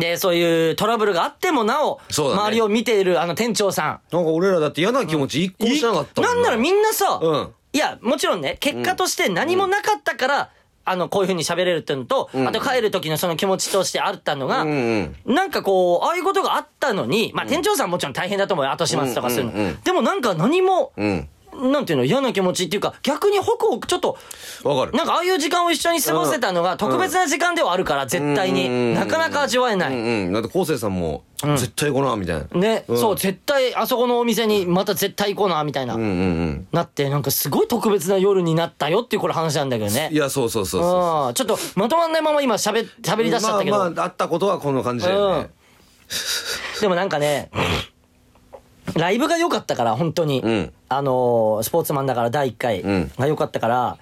S1: で、そういうトラブルがあってもなお、
S2: そうだね
S1: 周りを見ているあの店長さん。
S2: なんか俺らだって嫌な気持ち一個もしなかったも
S1: なんならみんなさ、
S2: うん
S1: いや、もちろんね、結果として何もなかったから、あの、こういうふうに喋れるっていうのと、あと帰る時のその気持ちとしてあったのが、
S2: うんうん
S1: なんかこう、ああいうことがあったのに、まあ、店長さんもちろん大変だと思うよ。後始末とかするの。
S2: うんうんうん
S1: でもなんか何も、
S2: うん
S1: なんていうの、嫌な気持ちっていうか、逆にホクホクちょっと、
S2: わかる
S1: なんかああいう時間を一緒に過ごせたのが特別な時間ではあるから、絶対
S2: うんうん
S1: に。
S2: うん
S1: なかなか味わえな
S2: う
S1: い。
S2: んうんだって昴生さんも絶対来なみたいな
S1: ね、
S2: ん
S1: そう、絶対、あそこのお店にまた絶対行こうな、みたいな。
S2: うんうんうん
S1: なって、なんかすごい特別な夜になったよっていうこれ話なんだけどね。
S2: いやそうそうそうそう
S1: うん。ちょっとまとまんないまま今喋、喋り出しちゃったけど。
S2: まあまああったことはこんな感じだよね
S1: でもなんかね、ライブが良かったから、本当に。
S2: うん
S1: あのースポーツマンだから第1回
S2: うん
S1: が良かったから、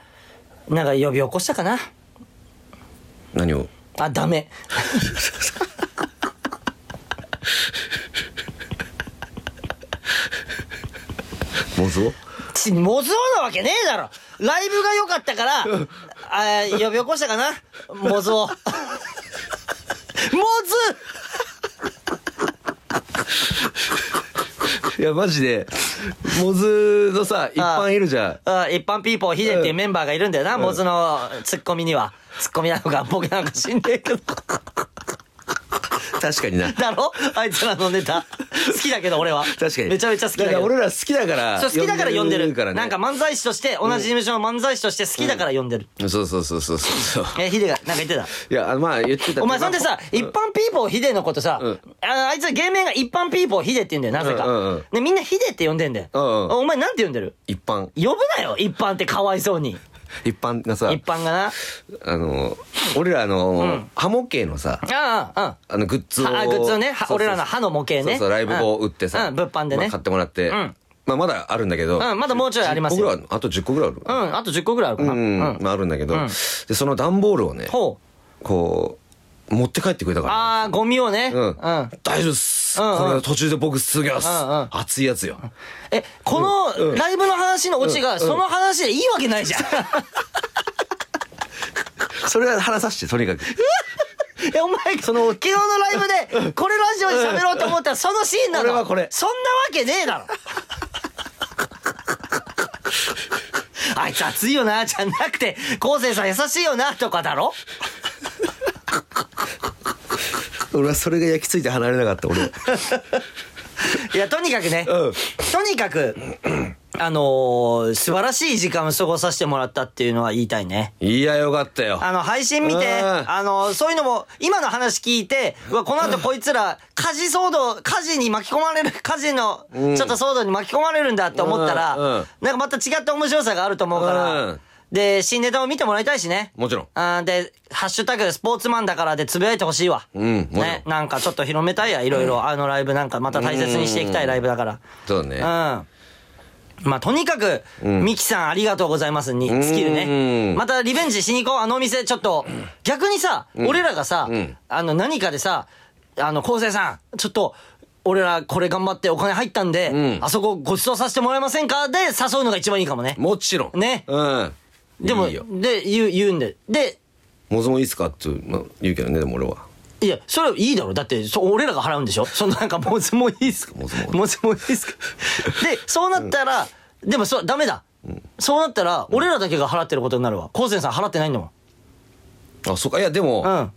S1: なんか呼び起こしたかな。
S2: 何を
S1: あ、ダメ。
S2: モズを
S1: ち、もずおなわけねえだろライブが良かったから、あー呼び起こしたかなもずお。もず
S2: いやマジでモズのさ一
S1: あ
S2: 般いるじゃん
S1: あ一般ピーポーヒデっていうメンバーがいるんだよな、モズのツッコミには。ツッコミなのか、僕なんか死んでるけど。
S2: 確かにな
S1: だろあいつらのネタ。好きだけど、俺は。
S2: 確かに
S1: めちゃめちゃ好きだ
S2: だ
S1: け
S2: から
S1: ど。
S2: 俺ら好きだから
S1: そう、好きだから呼んでる。
S2: からね
S1: なんか漫才師として、同じ事務所の漫才師として好きだから呼んでる。
S2: そうそうそうそうそう
S1: え、ヒデが、なんか言ってた。
S2: いやあのまあ言ってた
S1: お前、そんでさ、一般ピーポーヒデのことさ、
S2: うん
S1: ああいつは芸名が一般ピーポーヒデって言うんだよ、なぜか。
S2: うんうんうん
S1: で、みんなヒデって呼んでんだよ。
S2: うんうん
S1: お前、なんて呼んでる
S2: 一般
S1: 呼ぶなよ、一般ってかわいそうに。
S2: 一般がさ
S1: 一般がな。
S2: あの俺らあのハモ系のさ
S1: ああ、うん。
S2: あのグッズを
S1: はあグッズをねは
S2: そうそうそう
S1: 俺らの歯の模型ね
S2: そうそうライブを売って
S1: うん
S2: さ
S1: うん物販でね
S2: まあ買ってもらって
S1: うん
S2: まあまだあるんだけど
S1: うんまだもうちょいありますよ
S2: 10個ぐらいあるのあと10個ぐらい
S1: うん、あと10個ぐらいある
S2: ある
S1: かな。
S2: うん
S1: うん。
S2: まああるんだけど
S1: うん
S2: でその段ボールをね
S1: ほう。
S2: こう持って帰ってくれたから
S1: ああ、ゴミをね。
S2: うん
S1: うん。
S2: 大丈夫っす
S1: うんうん
S2: これ途中で僕すげえっす
S1: うんうん
S2: 熱いやつ よ
S1: え、このライブの話のオチが、その話でいいわけないじゃん。
S2: それは話させてとにかく
S1: え、お前、その、昨日のライブで、これラジオで喋ろうと思ったら、そのシーンなの。
S2: 俺はこれ
S1: そんなわけねえ だろ。あいつ熱いよな、じゃなくて、昴生さん優しいよな、とかだろ
S2: 俺はそれが焼き付いて離れなかった俺
S1: いや、とにかくね、
S2: うん
S1: とにかく、あのー素晴らしい時間を過ごさせてもらったっていうのは言いたいね。
S2: いやよかったよ
S1: あの、配信見て、
S2: うん
S1: あの、そういうのも、今の話聞いて、うわ、この後こいつら、火事騒動、火事に巻き込まれる、火事の、ちょっと騒動に巻き込まれるんだって思ったら、
S2: うんうん
S1: なんかまた違った面白さがあると思うから、
S2: うん
S1: で、新ネタも見てもらいたいしね。
S2: もちろん
S1: あーで、ハッシュタグ、スポーツマンだからでつぶやいてほしいわ。
S2: うんもちろん
S1: ね、なんかちょっと広めたいや、いろいろ、あのライブなんか、また大切にしていきたいライブだから。
S2: そうだね
S1: うん。まあ、とにかく、ミキさんありがとうございますに尽きる
S2: う
S1: ね。
S2: ん
S1: またリベンジしに行こう、あのお店、ちょっと、逆にさ、俺らがさ
S2: ん、
S1: あの、何かでさ、あの、昴生さん、ちょっと、俺らこれ頑張ってお金入ったんで
S2: ん、
S1: あそこご馳走させてもらえませんかで誘うのが一番いいかもね。
S2: もちろん
S1: ね
S2: うん
S1: でも、
S2: いいよ
S1: で、言う、言うんで。で、
S2: もずもいいっすかって、まあ、言うけどねでも俺はい
S1: や、それいいだろ。だって、そ俺らが払うんでしょそのなんか、もずもいいっすか
S2: もずも
S1: もずもいいっすかで、そうなったら、でもそう、ダメだ。そうなったら、俺らだけが払ってることになるわ。昴生さん払ってないんだもん。
S2: あそっかいやでも、
S1: うん。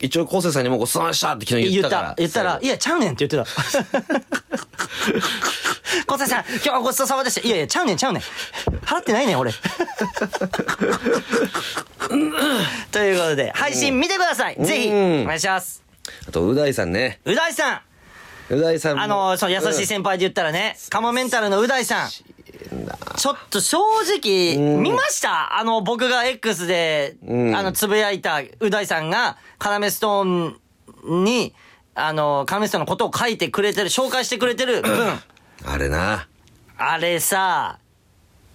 S2: 一応昴生さんにもごちそうさまでしたって昨日言
S1: 言
S2: っ
S1: った
S2: から
S1: た、言ったら、い
S2: 最後
S1: や、ちゃうねんって言ってた。昴生さん、今日はごちそうさまでした。いやいや、ちゃうねん、ちゃうねん。払ってないねん、 俺。ということで、配信見てください。ぜひ、
S2: うん
S1: お願いします。
S2: あとう大さんね
S1: う大さん、
S2: う大さんも
S1: あの、その優しい先輩で言ったらね、カモメンタルのう大さん。ちょっと正直、見ましたあの、僕が X で、
S2: うん
S1: あの、つぶやいたう大さんが、カラメストーンに、あの、カラメストーンのことを書いてくれてる、紹介してくれて る文。
S2: あれな
S1: あれさ、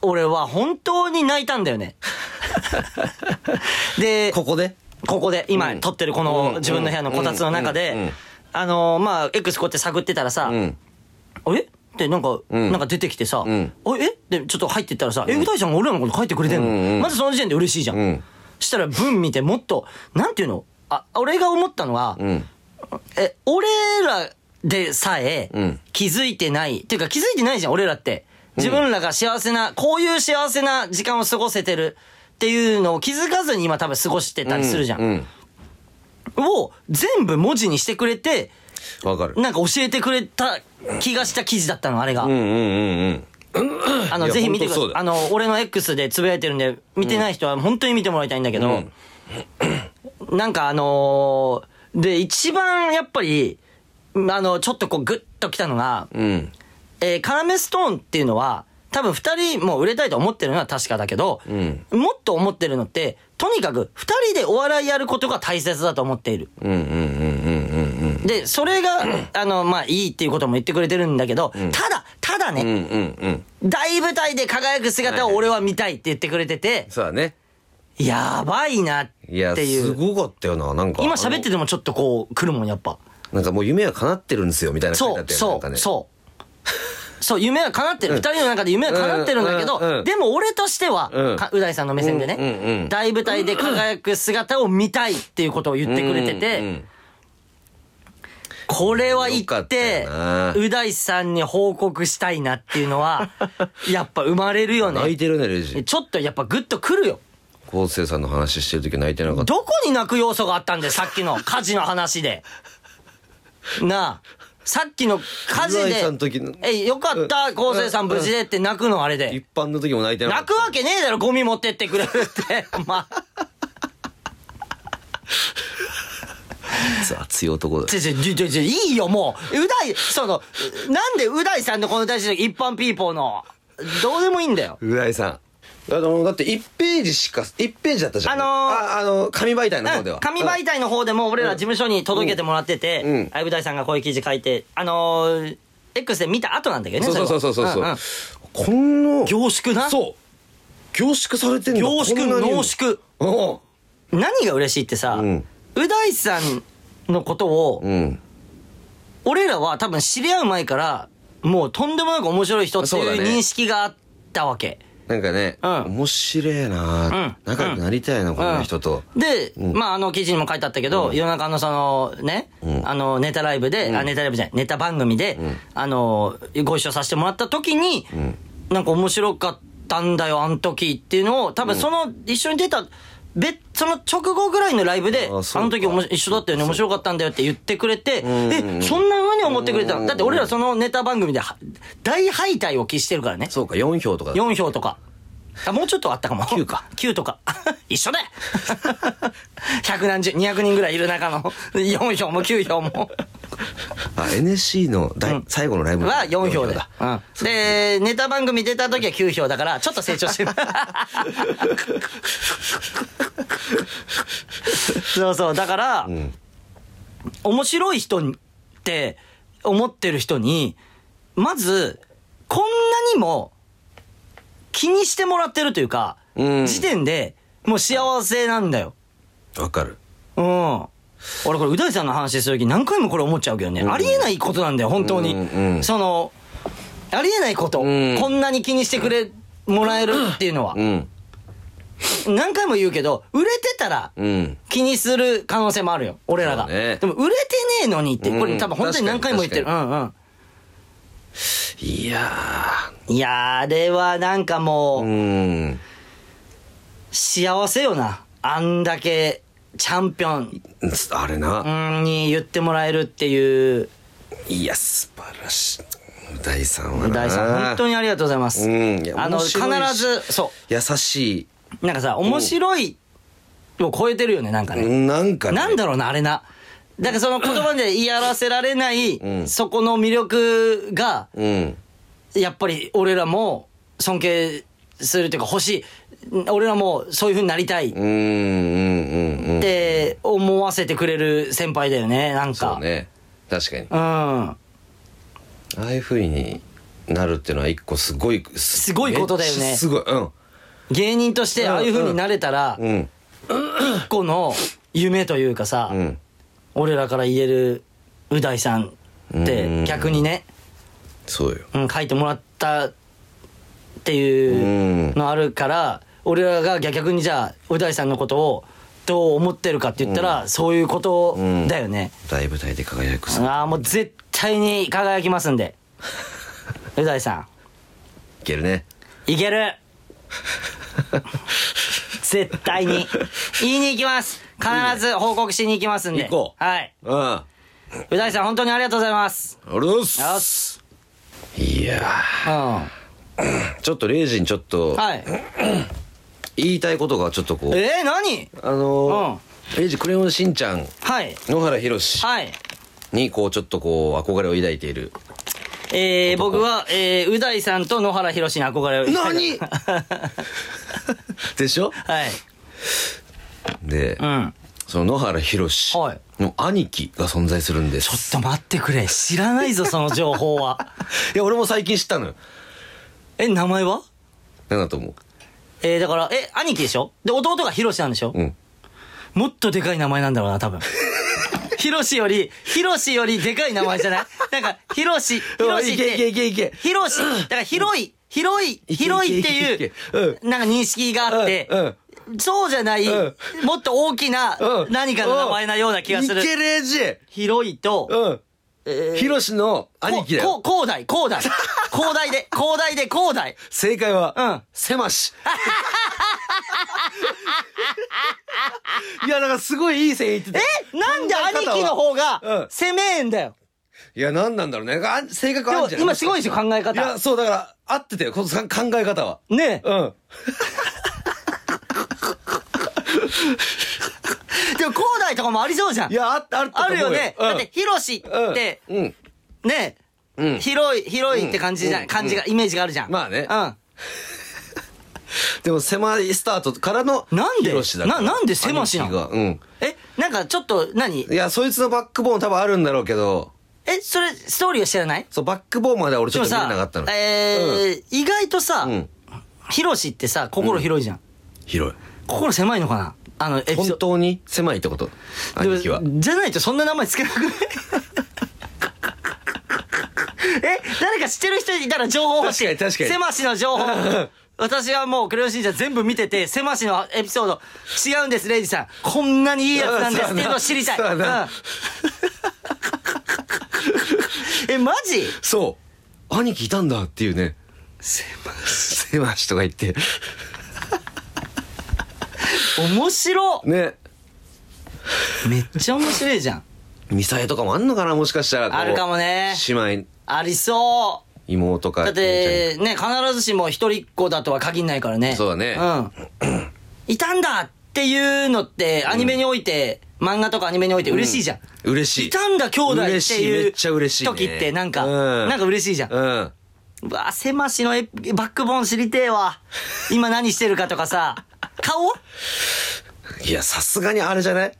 S1: 俺は本当に泣いたんだ よね。で、
S2: ここで
S1: ここで、今撮ってるこ
S2: うん
S1: の自分の部屋のこたつの中
S2: うんうんうん
S1: で、あの、まあ、X こうやって探ってたらさ
S2: う、ん
S1: あれってなんか、
S2: ん
S1: なんか出てきてさ、
S2: ん
S1: あえってちょっと入ってったらさ、え、う大ちゃんが俺らのこと書いてくれてんの、
S2: うんうん
S1: まずその時点で嬉しいじゃん。
S2: うん
S1: したら文見てもっと、なんていうのあ、俺が思ったのは、
S2: うん
S1: え、俺らでさえ
S2: うん
S1: 気づいてない。っていうか気づいてないじゃん、俺らって。自分らが幸せな、こういう幸せな時間を過ごせてるっていうのを気づかずに今多分過ごしてたりするじゃん。
S2: うん
S1: を全部文字にしてくれて、
S2: わ、かる
S1: なんか教えてくれた気がした記事だったの、あれが。
S2: うんうんうんうん
S1: あ
S2: い
S1: の、
S2: や
S1: ぜひ見てくださ
S2: 本
S1: い。
S2: 当
S1: あの、俺の X でつぶやいてるんで、見てない人は本当に見てもらいたいんだけど、なんかあのーで、一番やっぱり、あの、ちょっとこうグッときたのが、
S2: うん
S1: えーカラメストーンっていうのは、多分二人もう売れたいと思ってるのは確かだけど、
S2: ん
S1: もっと思ってるのって、とにかく二人でお笑いやることが大切だと思っている。
S2: うんうんうんうんうんうん
S1: で、それが、あの、まあ、いいっていうことも言ってくれてるんだけど、ただ、ただね、
S2: うんうんうん
S1: 大舞台で輝く姿を俺は見たいって言ってくれてて、
S2: そうだね
S1: やばいなって
S2: いや
S1: い
S2: す
S1: う。
S2: ごかったよななんか
S1: 今喋って
S2: あ
S1: てもちょっとこう来るもんやっぱ。
S2: のなんかもう夢は叶ってるんですよみたいな書いて
S1: そ
S2: あっ
S1: う
S2: たよね
S1: そ
S2: なんかね
S1: うそう。 そう、夢は叶ってる。二人の中で夢は叶ってるんだけ
S2: うんうんう
S1: ど、
S2: ん
S1: でも俺としては
S2: うん、
S1: かう大さんの目線で
S2: うんうんう
S1: ね
S2: ん、
S1: 大舞台で輝く姿を見たいっていうことを言ってくれて
S2: うんう
S1: て
S2: ん、
S1: これは言
S2: よか
S1: っ
S2: った
S1: て
S2: よな、
S1: う大さんに報告したいなっていうの は、やっぱ生まれるよ
S2: 泣い
S1: ね。
S2: てるねレジ
S1: ちょっとやっぱグッと来るよ。
S2: 昴生さんの話してる時泣いてなかった
S1: どこに泣く要素があったんだよ、さっき の火事の話で。なあ。さっきの火事
S2: うざいさんの時
S1: で
S2: の、
S1: え、よかった、昴生さん無事でって泣くのあれで
S2: 一。般の時も泣いてなか
S1: 泣
S2: った
S1: くわけねえだろ、ゴミ持ってってくれるっ て。まあ、
S2: 熱い男だ
S1: ちょちょちょちょちょいいよ、もう。う大、その、なんでう大さんのこの大事な一般ピーポーの、どうでもいいんだよ。
S2: う大さんあのだって1ページしか1ページだったじゃん
S1: あのー
S2: ああの紙媒体の方で
S1: うん
S2: は
S1: 紙媒体の方でも俺ら事務所に届けてもらって
S2: うんう
S1: て
S2: ん、
S1: あいぶ大さんがこういう記事書いて、あのー、X で見た後なんだけどね、
S2: そうそうそうそうそう
S1: れはんん
S2: こんな
S1: 凝縮な
S2: そう凝縮されてんだ
S1: 凝縮
S2: こんなに
S1: 濃縮
S2: うん
S1: 何が嬉しいってさ、
S2: うん
S1: う大さんのことを、
S2: うん
S1: 俺らは多分知り合う前からもうとんでもなく面白い人って
S2: そうだ
S1: いう
S2: ね
S1: 認識があったわけ、
S2: なんかね、
S1: うん
S2: 面白えな、
S1: うん
S2: 仲良くなりたいな、こんな人と。
S1: で、まああの記事にも書いてあったけど、夜中のそのね、あのネタライブで、あネタライブじゃないネタ番組で、あのご一緒させてもらった時に、なんか面白かったんだよあの時っていうのを多分その、一緒に出た別その直後ぐらいのライブで、
S2: あ
S1: あ
S2: そうか
S1: の時おもし一緒だったよね、面白かったんだよって言ってくれて、え、そんな風に思ってくれたのだって俺らそのネタ番組では大敗退を喫してるからね。
S2: そうか、4票とかだ。
S1: 4票とか。あ、もうちょっとあったかも。9か。9とか。 一緒だよ百何十、二百人ぐらいいる中の4票も9票も。
S2: あ、NSC の大、
S1: うん
S2: 最後のライブ
S1: は4票で。
S2: だ。
S1: うんで、ネタ番組出た時は9票だから、ちょっと成長して る。そうそう。だから、面白い人にって思ってる人に、まず、こんなにも気にしてもらってるというか、
S2: うん
S1: 時点でもう幸せなんだよ。
S2: わかる。
S1: うん。俺これ、う大さんの話するとき何回もこれ思っちゃうけどね。ありえないことなんだよ、本当に。
S2: うんうん
S1: その、ありえないこと、
S2: うん
S1: こんなに気にしてくれ、もらえるっていうのは
S2: う。ん。
S1: 何回も言うけど、売れてたら、
S2: うん。
S1: 気にする可能性もあるよ。俺らが。
S2: そうね
S1: でも、売れてねえのにって、こ
S2: う
S1: れ
S2: ん
S1: 多分本当に何回も言ってる。う
S2: 確
S1: んうん。
S2: いや
S1: いやー、あれはなんかもう、
S2: ー。うん。
S1: 幸せよな。あんだけ、チャンピオン
S2: あれな。
S1: うんに言ってもらえるっていう。
S2: いや、素晴らしい。大さんはな
S1: 大さん本当にありがとうございます、
S2: うんいや
S1: あの
S2: 面
S1: 必
S2: 白いし
S1: ずそ
S2: 優し
S1: うなんかさ面白いを超えてるよねなんか
S2: い
S1: ね、
S2: なんかね
S1: なんだろうなあれなだからその言葉で言い表せられない、
S2: ん
S1: そこの魅力が
S2: うん
S1: やっぱり俺らも尊敬するというか欲しい俺らもそういう風になりたい
S2: うんうんうんうん
S1: って思わせてくれる先輩だよねなんか
S2: そうね確かに
S1: うん
S2: ああいうふうになるっていうのは一個すごいす
S1: すごいことだよね
S2: めっちゃすごいうん
S1: 芸人としてああいう風になれたら
S2: うん
S1: 一個の夢というかさ、
S2: うん
S1: 俺らから言えるう大さんって逆にね、
S2: そうよ
S1: うん、書いてもらったっていうのあるから俺らが逆にじゃあう大さんのことをどう思ってるかって言ったら、そういうことだよね、
S2: 大舞台で輝くさ
S1: ああもう絶対に輝きますん でう大さ
S2: いけるね
S1: んいけ る絶対に言いに行きます必ず報告しに行きますんで
S2: 行こう
S1: はい
S2: うんあ
S1: う大さん本当にありがとうございます
S2: りがとうござい
S1: よ
S2: ま
S1: し
S2: すいや
S1: うんは
S2: ーちょっとレイジにちょっと
S1: い
S2: 言いたいことがちょっとこう
S1: えー、何
S2: あのーレイジクレヨンしんちゃん
S1: はい
S2: 野原ひろし
S1: はい
S2: にこうちょっとこう憧れを抱いている
S1: えー、僕は、えー、う大さんと野原ひろしに憧れを
S2: 何 でしょ
S1: はい
S2: で、
S1: うん
S2: その野原ひろし
S1: はい
S2: の兄貴が存在するんで
S1: ちょ
S2: す
S1: っと待ってくれ知らない ぞその情報は
S2: いや俺も最近知ったのよ
S1: え名前は
S2: 何だと思う
S1: えー、だからえ兄貴でしょで弟がひろしなんでしょ、
S2: うん
S1: もっとでかい名前なんだろうな多 分ひろしより、ひろしよりでかい名前じゃないなんか、ひろし、ひろしっ
S2: いけいけ
S1: て
S2: い、けいけ
S1: ひろし、だから広い、広い、
S2: け
S1: 広いって
S2: いけ
S1: い、
S2: いけいう
S1: なんか認識があって
S2: うん、
S1: そうじゃない、
S2: うん
S1: もっと大きな
S2: うん
S1: 何かの名前なような気がする
S2: い。けレイジ
S1: 広いと、
S2: うんひろしの兄貴だ
S1: こ
S2: よ
S1: こう、広大、広 大。広大で、広大で、広大。
S2: 正解は
S1: うん
S2: せましいやなんかすごいいい線いってた
S1: えなんで兄貴の方
S2: うん
S1: が、攻めえんだよ。
S2: いや何なんだろうねあ性格
S1: で
S2: ある
S1: も
S2: んじゃない
S1: 今すごいですよ、考え
S2: い
S1: 方
S2: や。そうだから合ってたよこの考え方は
S1: ねえ。
S2: うん
S1: でも、広大とかもありそうじゃん
S2: い。やあある
S1: あるよね。だって、広しって、
S2: うんうん
S1: ね
S2: う
S1: え、
S2: ん
S1: 広い、広いって感じじゃ、
S2: うんん
S1: 感じが、イメージがあるじゃん。
S2: まあね
S1: うん。
S2: でも狭いスタートからの
S1: なんで
S2: ヒロシだから
S1: ななんで狭しなの
S2: 兄貴がうん
S1: え、なんかちょっと何、
S2: いやそいつのバックボーン多分あるんだろうけど
S1: え、それ、ストーリーは知らない
S2: そうバックボーンまでは俺ち
S1: で
S2: ょ
S1: も
S2: っと見れ
S1: さ
S2: なかったの、
S1: えー意外とさ
S2: うん、
S1: ヒロシってさ、心広いじゃん。
S2: 広
S1: 心狭いのかなあの、エ
S2: い
S1: ピソー
S2: 本
S1: ド。
S2: 当に狭いってこと
S1: でも
S2: 兄貴は
S1: じゃないとそんな名前つけなくない え誰か知ってる人いたら情報欲しい
S2: 確かに確かに
S1: セマシの情報 私はもう「クレヨンしんちゃん」全部見ててセマシのエピソード違うんですレイジさんこんなにいいやつなんですっていうのを知りたい、
S2: そうやな
S1: うん えマジ
S2: そう兄貴いたんだっていうね
S1: 狭
S2: 狭しとか言って
S1: 面白
S2: ね
S1: めっちゃ面白いじゃん
S2: ミサエとかもあんのかなもしかしたらこう
S1: あるかもね
S2: 姉妹
S1: ありそう
S2: 妹か
S1: だってね必ずしも一人っ子だとは限んないからね
S2: そうだね
S1: うんいたんだっていうのってアニメにおいて、漫画とかアニメにおいて嬉しいじゃん、
S2: 嬉しい
S1: いたんだ兄弟って
S2: 嬉し
S1: いう
S2: めっちゃ嬉しいね
S1: 時ってなんか、
S2: うん
S1: なんか嬉しいじゃん、う
S2: うん
S1: わ狭しのエピバックボーン知りてえわ今何してるかとかさ顔
S2: いやさすがにあれじゃない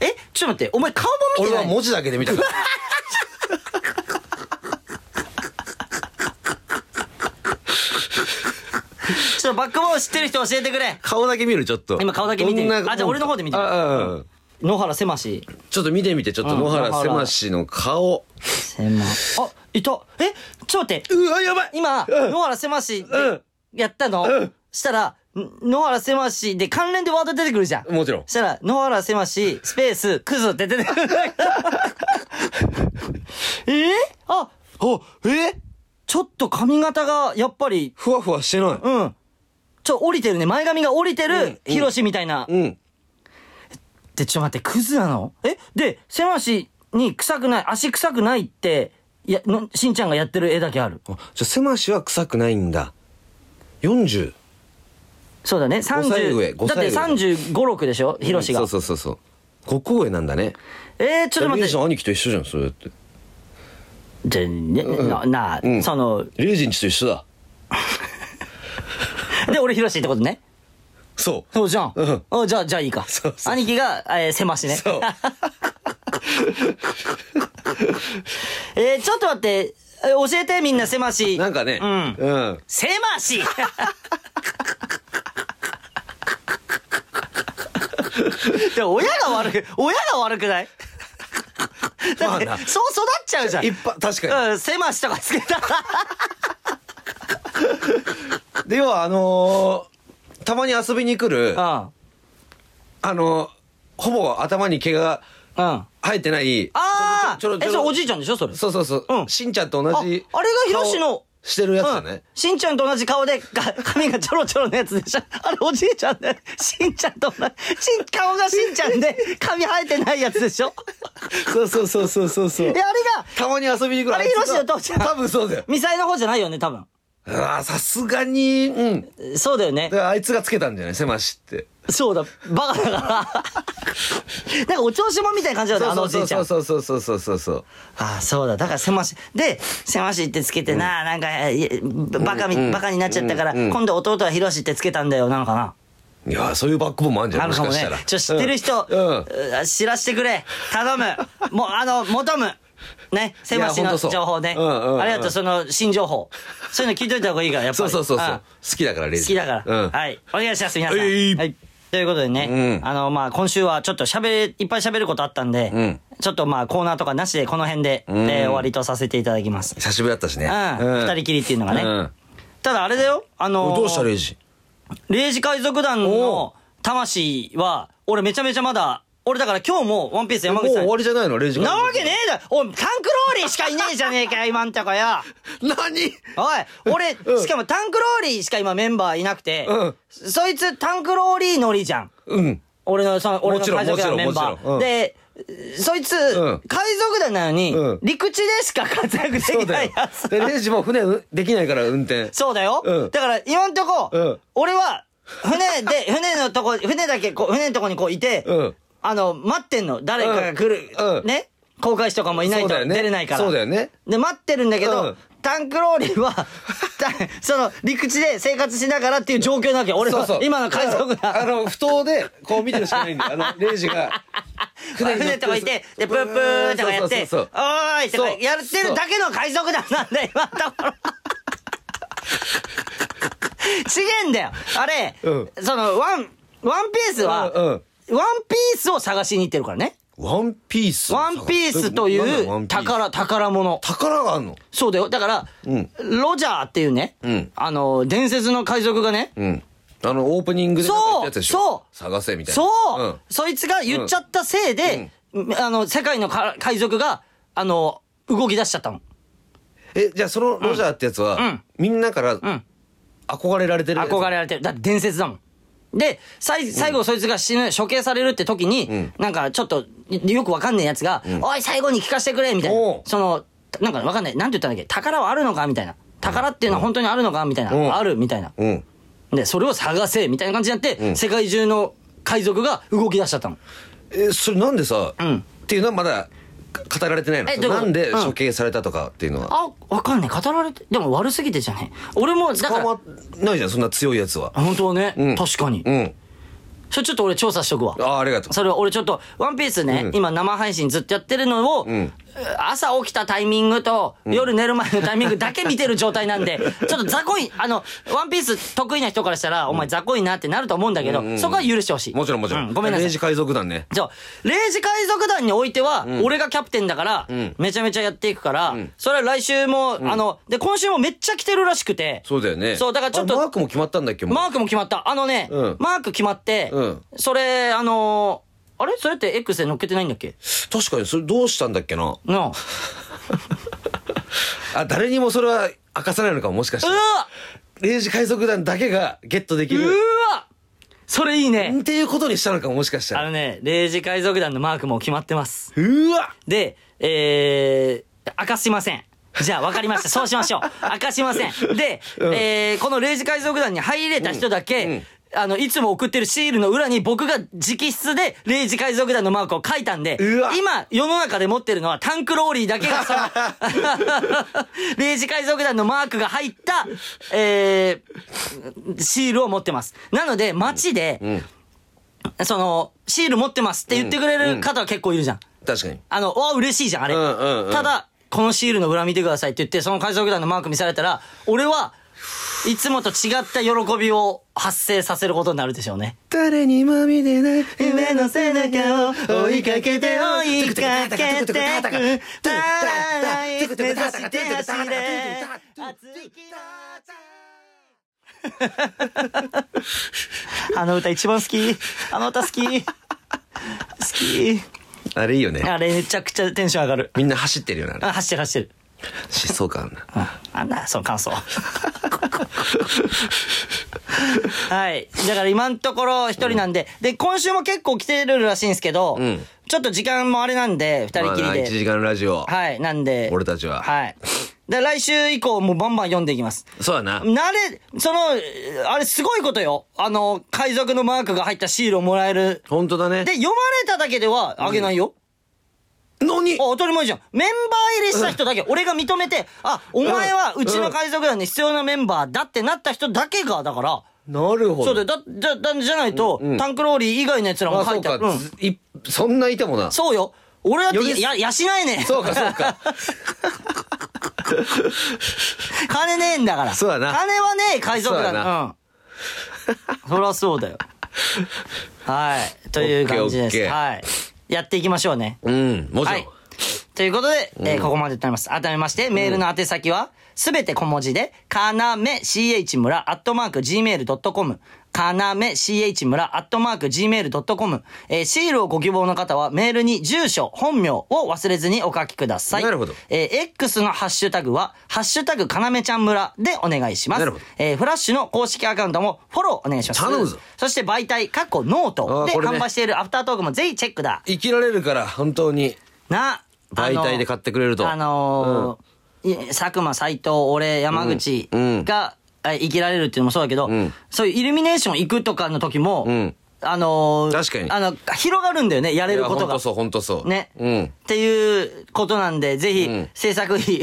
S1: えちょっと待ってお前顔も見
S2: 俺
S1: てな
S2: はい文字だけで 見たから
S1: ちょっとバックボーン知ってる人教えてくれ
S2: 顔だけ見るちょっと
S1: 今顔だけ見てる
S2: どんな
S1: あじゃあ俺の方で見てみる
S2: あうんうん
S1: 野原狭し
S2: ちょっと見てみてちょっと
S1: うん
S2: 野
S1: 野
S2: 原
S1: 原
S2: 狭しの顔
S1: 狭あいたえちょっと待って
S2: うわやばい
S1: 今、
S2: うん
S1: 野原せまし
S2: う
S1: で
S2: ん
S1: やったの、
S2: うん
S1: したら、ん野原せましで関連でワード出てくるじゃん。
S2: もちろん
S1: したら、野原せまし、スペース、クズって出てく る。えー、あ、
S2: あえ
S1: ちょっと髪型が、やっぱり、
S2: ふわふわしてない
S1: うん。ちょ、降りてるね。前髪が降りて
S2: うん
S1: る、ヒロシみたいな。
S2: うん
S1: で、ちょっと待って、クズなのえで、せましに臭くない、足臭くないって、いや、のしんちゃんがやってる絵だけある。
S2: あじゃあ狭しは臭くないんだ40
S1: そうだね。
S2: 五歳上
S1: 30。
S2: 五
S1: だっ
S2: 歳
S1: て
S2: 上
S1: 35、6でしょヒロシが
S2: うん。そうそうそうそう5公演なんだね
S1: えー、ちょっと待っ
S2: リュウジ
S1: て。
S2: の兄貴と一緒じゃんそれって
S1: じゃ、ね、な、な
S2: うん
S1: その、
S2: リュウジんちと一緒だ
S1: で、俺ヒロシってことね。
S2: そう
S1: そうじゃん。
S2: うん
S1: あじゃあ、じゃあいいか。
S2: そうそう
S1: 兄貴が、えー、狭しね。
S2: そう
S1: えー、ちょっと待って、えー教えてみんな狭し。
S2: なんかね
S1: うん。
S2: うん
S1: 狭し でも親が悪く、親が悪くないだ
S2: ま
S1: っ
S2: あ
S1: て、
S2: な
S1: そう育っちゃうじゃん。
S2: 一般確か
S1: うん、狭しとかつけたら。
S2: にで要はあのーたまに遊びに来るあ
S1: うん。
S2: のーほぼ頭に毛が
S1: うん。あ
S2: 生えてない
S1: あ
S2: ちょろち
S1: え、
S2: ょろちょろ
S1: それおじいちゃんでしょそれ。
S2: そうそうそう、
S1: うん
S2: しんちゃんと同じ
S1: ああれがヒロシの
S2: 顔してるやつだね、
S1: うん、しんちゃんと同じ顔でか 髪がちょろちょろのやつでしょあれおじいちゃんでしんちゃんと同じしん顔がしんちゃんで髪生えてないやつでし ょ
S2: そうそうそうそうそうそう
S1: であれが
S2: たまに遊びに来る
S1: あれ
S2: いつが
S1: ヒロシの父ちゃん
S2: 多分そうだよ
S1: ミサイの方じゃないよね多分
S2: ああさすがにうんだ
S1: そうだよね
S2: からあいつがつけたんじゃない狭しって
S1: そうだバカ だからなんかお調子者みたいな感じだよねあのおじいちゃん
S2: そうそうそうそうそうそう
S1: ああそうだだから狭しで狭しってつけてな、なんかいやバカみ、バカになっちゃったから、今度弟はヒロシってつけたんだよなのかな
S2: そういやーそういうバックボーンもあるんじゃ
S1: あ
S2: ない
S1: る
S2: もし
S1: か
S2: か
S1: もね
S2: したら。
S1: ちょ、知ってる人、
S2: うんうん
S1: う知らしてくれ。頼む。もう、あの、求む。ね、狭し
S2: いや
S1: の
S2: ほんとそう
S1: 情報ね。
S2: うんうんうん
S1: ありがとう、その、新情報。そういうの聞いといた方がいいから、やっぱ
S2: そう
S1: り。
S2: そうそうそう
S1: うん
S2: 好きだからレイ
S1: 好
S2: ジ
S1: きだから、
S2: うん
S1: はい。お願いします、皆さん。
S2: えい
S1: はい。ということでね、
S2: うん
S1: あの、まあ、今週はちょっと喋、いっぱい喋ることあったんで、
S2: ん
S1: ちょっとまあ、コーナーとかなしで、この辺で、えー終わりとさせていただきます。
S2: 久しぶりだったしね
S1: うん。二、人きりっていうのがね。
S2: うん
S1: ただ、あれだよ、あのー
S2: どうしたレイジ
S1: 0時海賊団の魂は、俺めちゃめちゃまだ、俺だから今日もワンピース
S2: も
S1: 山
S2: う
S1: 口さん
S2: 終
S1: に
S2: わ。りじゃないのレイジ
S1: なわけねえだろおい、タンクローリーしかいねえじゃねえ かよ、今んとこよ。
S2: 何
S1: おい、俺、
S2: うん
S1: しかもタンクローリーしか今メンバーいなくて、
S2: うん
S1: そいつタンクローリー乗りじゃん。
S2: うん
S1: 俺の、その、俺の
S2: もちろん
S1: 海賊団のメンバー。
S2: もちろんもちろんうん
S1: で、そいつ、
S2: うん
S1: 海賊団なのに、
S2: うん
S1: 陸地でしか活躍で
S2: そう
S1: きな
S2: だ
S1: い
S2: よ
S1: やつ。
S2: でレイジも船うできないから運転
S1: そうだよ。
S2: うん
S1: だから、今んとこ、
S2: うん
S1: 俺は、船で、 船のとこ、船だけ、こう、船のとこにこういて、
S2: うん
S1: あの、待ってんの。誰かが来る、
S2: うん
S1: ね。航海士とかもいない
S2: そう
S1: と
S2: だよね
S1: 出れないから。
S2: そうだよね
S1: で、待ってるんだけど、
S2: うん
S1: タンクローリー は、たその、陸地で生活しながらっていう状況なわけ。俺は、今の海賊
S2: あ
S1: が、
S2: のあの不当でこう見てるしかないんであのレイジ が
S1: 船
S2: に乗って
S1: とかいて、で、プープーとかやって、
S2: そうそうそう
S1: おーいとか
S2: そう
S1: やってるだけの海賊団なんだよ、今のところ。違えんだよ。あれ、
S2: う
S1: その、ワン、ワンピースは、
S2: うんうん
S1: ワンピースを探しに行ってるからね。
S2: ワンピース
S1: ワンピースとい
S2: なんだよワン
S1: う
S2: ピース
S1: 宝、宝物。
S2: 宝があんの
S1: そうだよ。だから、
S2: うん
S1: ロジャーっていうね、
S2: うん
S1: あの、伝説の海賊がね、
S2: うんあのオープニングでなんか言ったやつでしょ
S1: そう
S2: 探せみたいな
S1: そう、
S2: うん
S1: そいつが言っちゃったせいで、あの、世界のか海賊が、あの、動き出しちゃったの。
S2: えじゃあそのロジャーってやつは、
S1: うん
S2: みんなから
S1: ん
S2: 憧れられてるやつ
S1: 憧れられてる。だって伝説だもん。で、最最後そいつが死ぬ、処刑されるって時に、
S2: ん
S1: なんかちょっと、よくわかんねえやつが、おい、最後に聞かせてくれみたいな
S2: おう。
S1: その、なんかわかんない。なんて言ったんだっけ宝はあるのかみたいな。宝っていうのは本当にあるのかみたいな。
S2: うん
S1: あるみたいな。
S2: うん
S1: で、それを探せみたいな感じになって、
S2: ん
S1: 世界中の海賊が動き出しちゃったの。
S2: えそれなんでさ、
S1: うん
S2: っていうのはまだか語られてないの
S1: えどういうこ
S2: な
S1: と
S2: んで
S1: うん
S2: 処刑されたとかっていうのは、
S1: あ、わかんない。語られて、でも悪すぎてじゃねえ。俺も、だか
S2: 捕
S1: ら、
S2: まんないじゃんそんな強いやつは
S1: あ本当はね、
S2: うん
S1: 確かに。
S2: うん
S1: それちょっと俺調査しとくわ。
S2: ああありがとう
S1: それ俺ちょっと、ワンピースね、
S2: うん
S1: 今生配信ずっとやってるのを、
S2: ん
S1: 朝起きたタイミングと、夜寝る前のタイミングだけ見てる状態 なんで、ちょっと雑魚い、あの、ワンピース得意な人からしたら、お前雑魚いなってなると思うんだけど、
S2: うんうんうん
S1: そこは許してほしい。
S2: もちろんもちろん、
S1: うごめんなさ
S2: レ
S1: い
S2: イ。ジ海賊団ね
S1: じゃあ、0時海賊団においては、俺がキャプテンだから、
S2: ん
S1: めちゃめちゃやっていくから、それは来週も、あの、で、今週もめっちゃ来てるらしくて、
S2: そうだよね
S1: そうだからちょっと
S2: あれマークも決まったんだっけもう
S1: マークも決まった。あのね、
S2: うん
S1: マーク決まって、
S2: うん
S1: それ、あのーあれそれって X で乗っけてないんだっけ
S2: 確かにそれどうしたんだっけな
S1: なあ。う
S2: あ誰にもそれは明かさないのかももしかして
S1: わ
S2: レイジ海賊団だけがゲットでき
S1: う
S2: る
S1: わそれいいね。
S2: っていうことにしたのかももしかした
S1: あ
S2: ら
S1: のね、0時海賊団のマークも決まってます。
S2: うわ
S1: で、えー、明かしません。じゃあ分かりま した。そうしましょう。明かしません。で、えーこの0時海賊団に入れた人だけ、あの、いつも送ってるシールの裏に僕が直筆で0時海賊団のマークを書いたんで
S2: うわ、
S1: 今世の中で持ってるのはタンクローリーだけがその、0時 海賊団のマークが入った、えーシールを持ってます。なので街で、その、シール持ってますって言ってくれる方は結構いるじゃん。
S2: 確かに。
S1: あの、わ、嬉しいじゃん、あれ。
S2: うんうんうん
S1: ただ、このシールの裏見てくださいって言って、その海賊団のマーク見されたら、俺は、いつもと違った喜びを発生させることになるでしょうね。
S2: 誰にも見てない
S1: 夢の背中を追いかけて追いかけてく目指して走れ熱い気持ちあの歌一番好き。あの歌好き。好き。
S2: あれいいよね。
S1: あれめちゃくちゃテンション上がる。
S2: みんな走ってるよね、あれ。
S1: あ、走ってる走ってる。
S2: 疾走感あるな。
S1: あんな、その感想。はい。だから今のところ一人なんで、で、今週も結構来てるらしいんですけど、
S2: ん
S1: ちょっと時間もあれなんで、二人き
S2: まあな
S1: り
S2: 1
S1: で。
S2: 時間ラジオ。
S1: はい、なんで。
S2: 俺たちは
S1: はい。で、来週以降もうバンバン読んでいきます。
S2: そうだな。
S1: 慣れ、その、あれすごいことよ。あの、海賊のマークが入ったシールをもらえる。
S2: 本当だね
S1: で、。読まれただけではあげないよ。
S2: 何
S1: あ、当たり前じゃん。メンバー入りした人だけ、俺が認めて、あ、お前はうちの海賊団に必要なメンバーだってなった人だけが、だから、
S2: なるほ
S1: そ
S2: ど。
S1: うだよ、だ、だ、だ、じゃないと、
S2: んうん
S1: タンクローリー以外のやつらも
S2: あ、
S1: 書
S2: そ
S1: いうてあ
S2: か。
S1: る。うん。
S2: ずいそんないたもんな。
S1: そうよ。俺だって
S2: より
S1: や、や、養えねえ。
S2: そうか、そうか。
S1: 金ねえんだから。
S2: そうだな
S1: 金はねえ、海賊
S2: そうだ
S1: 団。うん。そりゃそうだよ。はい。という感じで
S2: オッ
S1: す。
S2: ケーオッケー
S1: はい。やっていきましょうね。
S2: うん、もち
S1: は
S2: ろん
S1: い。。ということで、えーここまでとなります。改めまして、メールの宛先は、すべて小文字で、かなめ ch 村アットマーク gmail.com。かなめ ch 村アットマーク gmail.com。えーシールをご希望の方は、メールに住所、本名を忘れずにお書きください。
S2: なるほど
S1: えー X のハッシュタグは、ハッシュタグかなめちゃん村でお願いします。
S2: なるほど
S1: えーフラッシュの公式アカウントもフォローお願いします。
S2: 頼むぞ
S1: そして媒体、過去ノー
S2: あ
S1: ト
S2: ー
S1: で
S2: これね
S1: 販売しているアフタートークもぜひチェックだ。
S2: 生きられるから、本当に。
S1: な
S2: 媒体で買ってくれると
S1: あのーい佐久間斎藤俺山口が、
S2: うんうん
S1: あ生きられるっていうのもそうだけど、
S2: ん
S1: そういうイルミネーション行くとかの時も、
S2: ん
S1: あのー
S2: 確かに
S1: あの広がるんだよねやれること
S2: 本
S1: が
S2: 当そう、本当そう。
S1: ね、
S2: うん。
S1: っていうことなんで、ぜひ、制作費、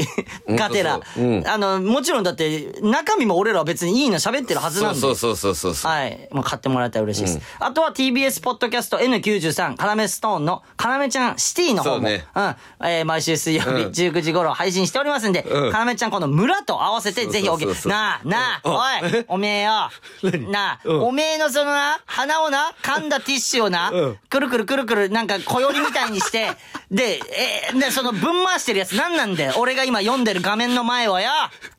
S1: がてら
S2: 本当そうう、ん
S1: あの、もちろんだって、中身も俺らは別にいいの喋ってるはずなんで。
S2: そうそうそうそうそう。
S1: はい。もう買ってもらえたら嬉しいです。あとは TBS ポッドキャスト N93、カラメストーンのカラメちゃんシティの方も、
S2: そうね
S1: うん、えー毎週水曜日
S2: うん
S1: 19時頃配信しておりますんで、
S2: うん
S1: カラメちゃんこの村と合わせてぜひおげ、
S2: そうそうそう
S1: なあ、なあ、
S2: うん
S1: おい、おめえ よ、なあ、
S2: うん
S1: おめえのそのな、鼻をな、噛んだティッシュをな、
S2: うん
S1: くるくるくるくる、なんか小よりみたいにして、 で、えーで、そのぶん回してるやつなんなんだよ。俺が今読んでる画面の前はよ、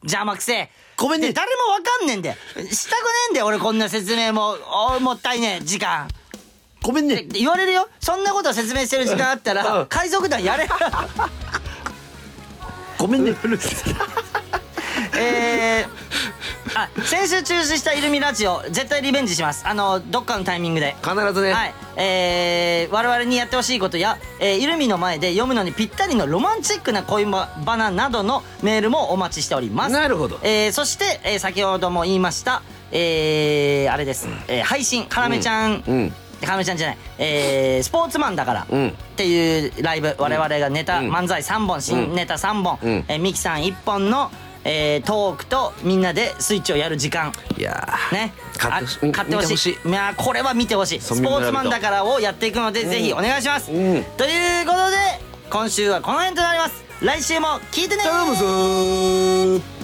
S1: 邪魔くせえ。
S2: ごめんね
S1: で誰もわかんねえんだよ。したくねえんだよ、俺こんな説明も。おいもったいねえ、時間。
S2: ごめん
S1: って。言われるよ。そんなこと説明してる時間あった
S2: う
S1: ら
S2: ん、
S1: 海賊団やれ。
S2: ごめんね。
S1: えー、あ、先週中止したイルミラジオ、絶対リベンジします。あの、どっかのタイミングで。
S2: 必ずね。
S1: はい、えー、我々にやってほしいことや、えー、イルミの前で読むのにぴったりのロマンチックな恋バナなどのメールもお待ちしております。
S2: なるほど
S1: えー、そして、えー、先ほども言いました、えー、あれです、えー、配信、カラメちゃん、
S2: うんうん
S1: カラメちゃんじゃない、えー、スポーツマンだから、
S2: うん
S1: っていうライブ、我々がネタ、
S2: うん
S1: 漫才3本、新ネタ3本、
S2: うん
S1: えーミキさん1本の、えー、トークとみんなでスイッチをやる時間。
S2: いやー
S1: ね、
S2: 買って
S1: あ
S2: み
S1: 買ってほしい
S2: 見てほ
S1: い
S2: し
S1: やーこれは見てほしい
S2: そ
S1: ス
S2: う見
S1: ポ
S2: られ
S1: ー
S2: ると
S1: ツマンだからをやっていくので、ぜひお願いします、
S2: うん
S1: ということで今週はこの辺となります来週も聞いてね
S2: 頼むぞー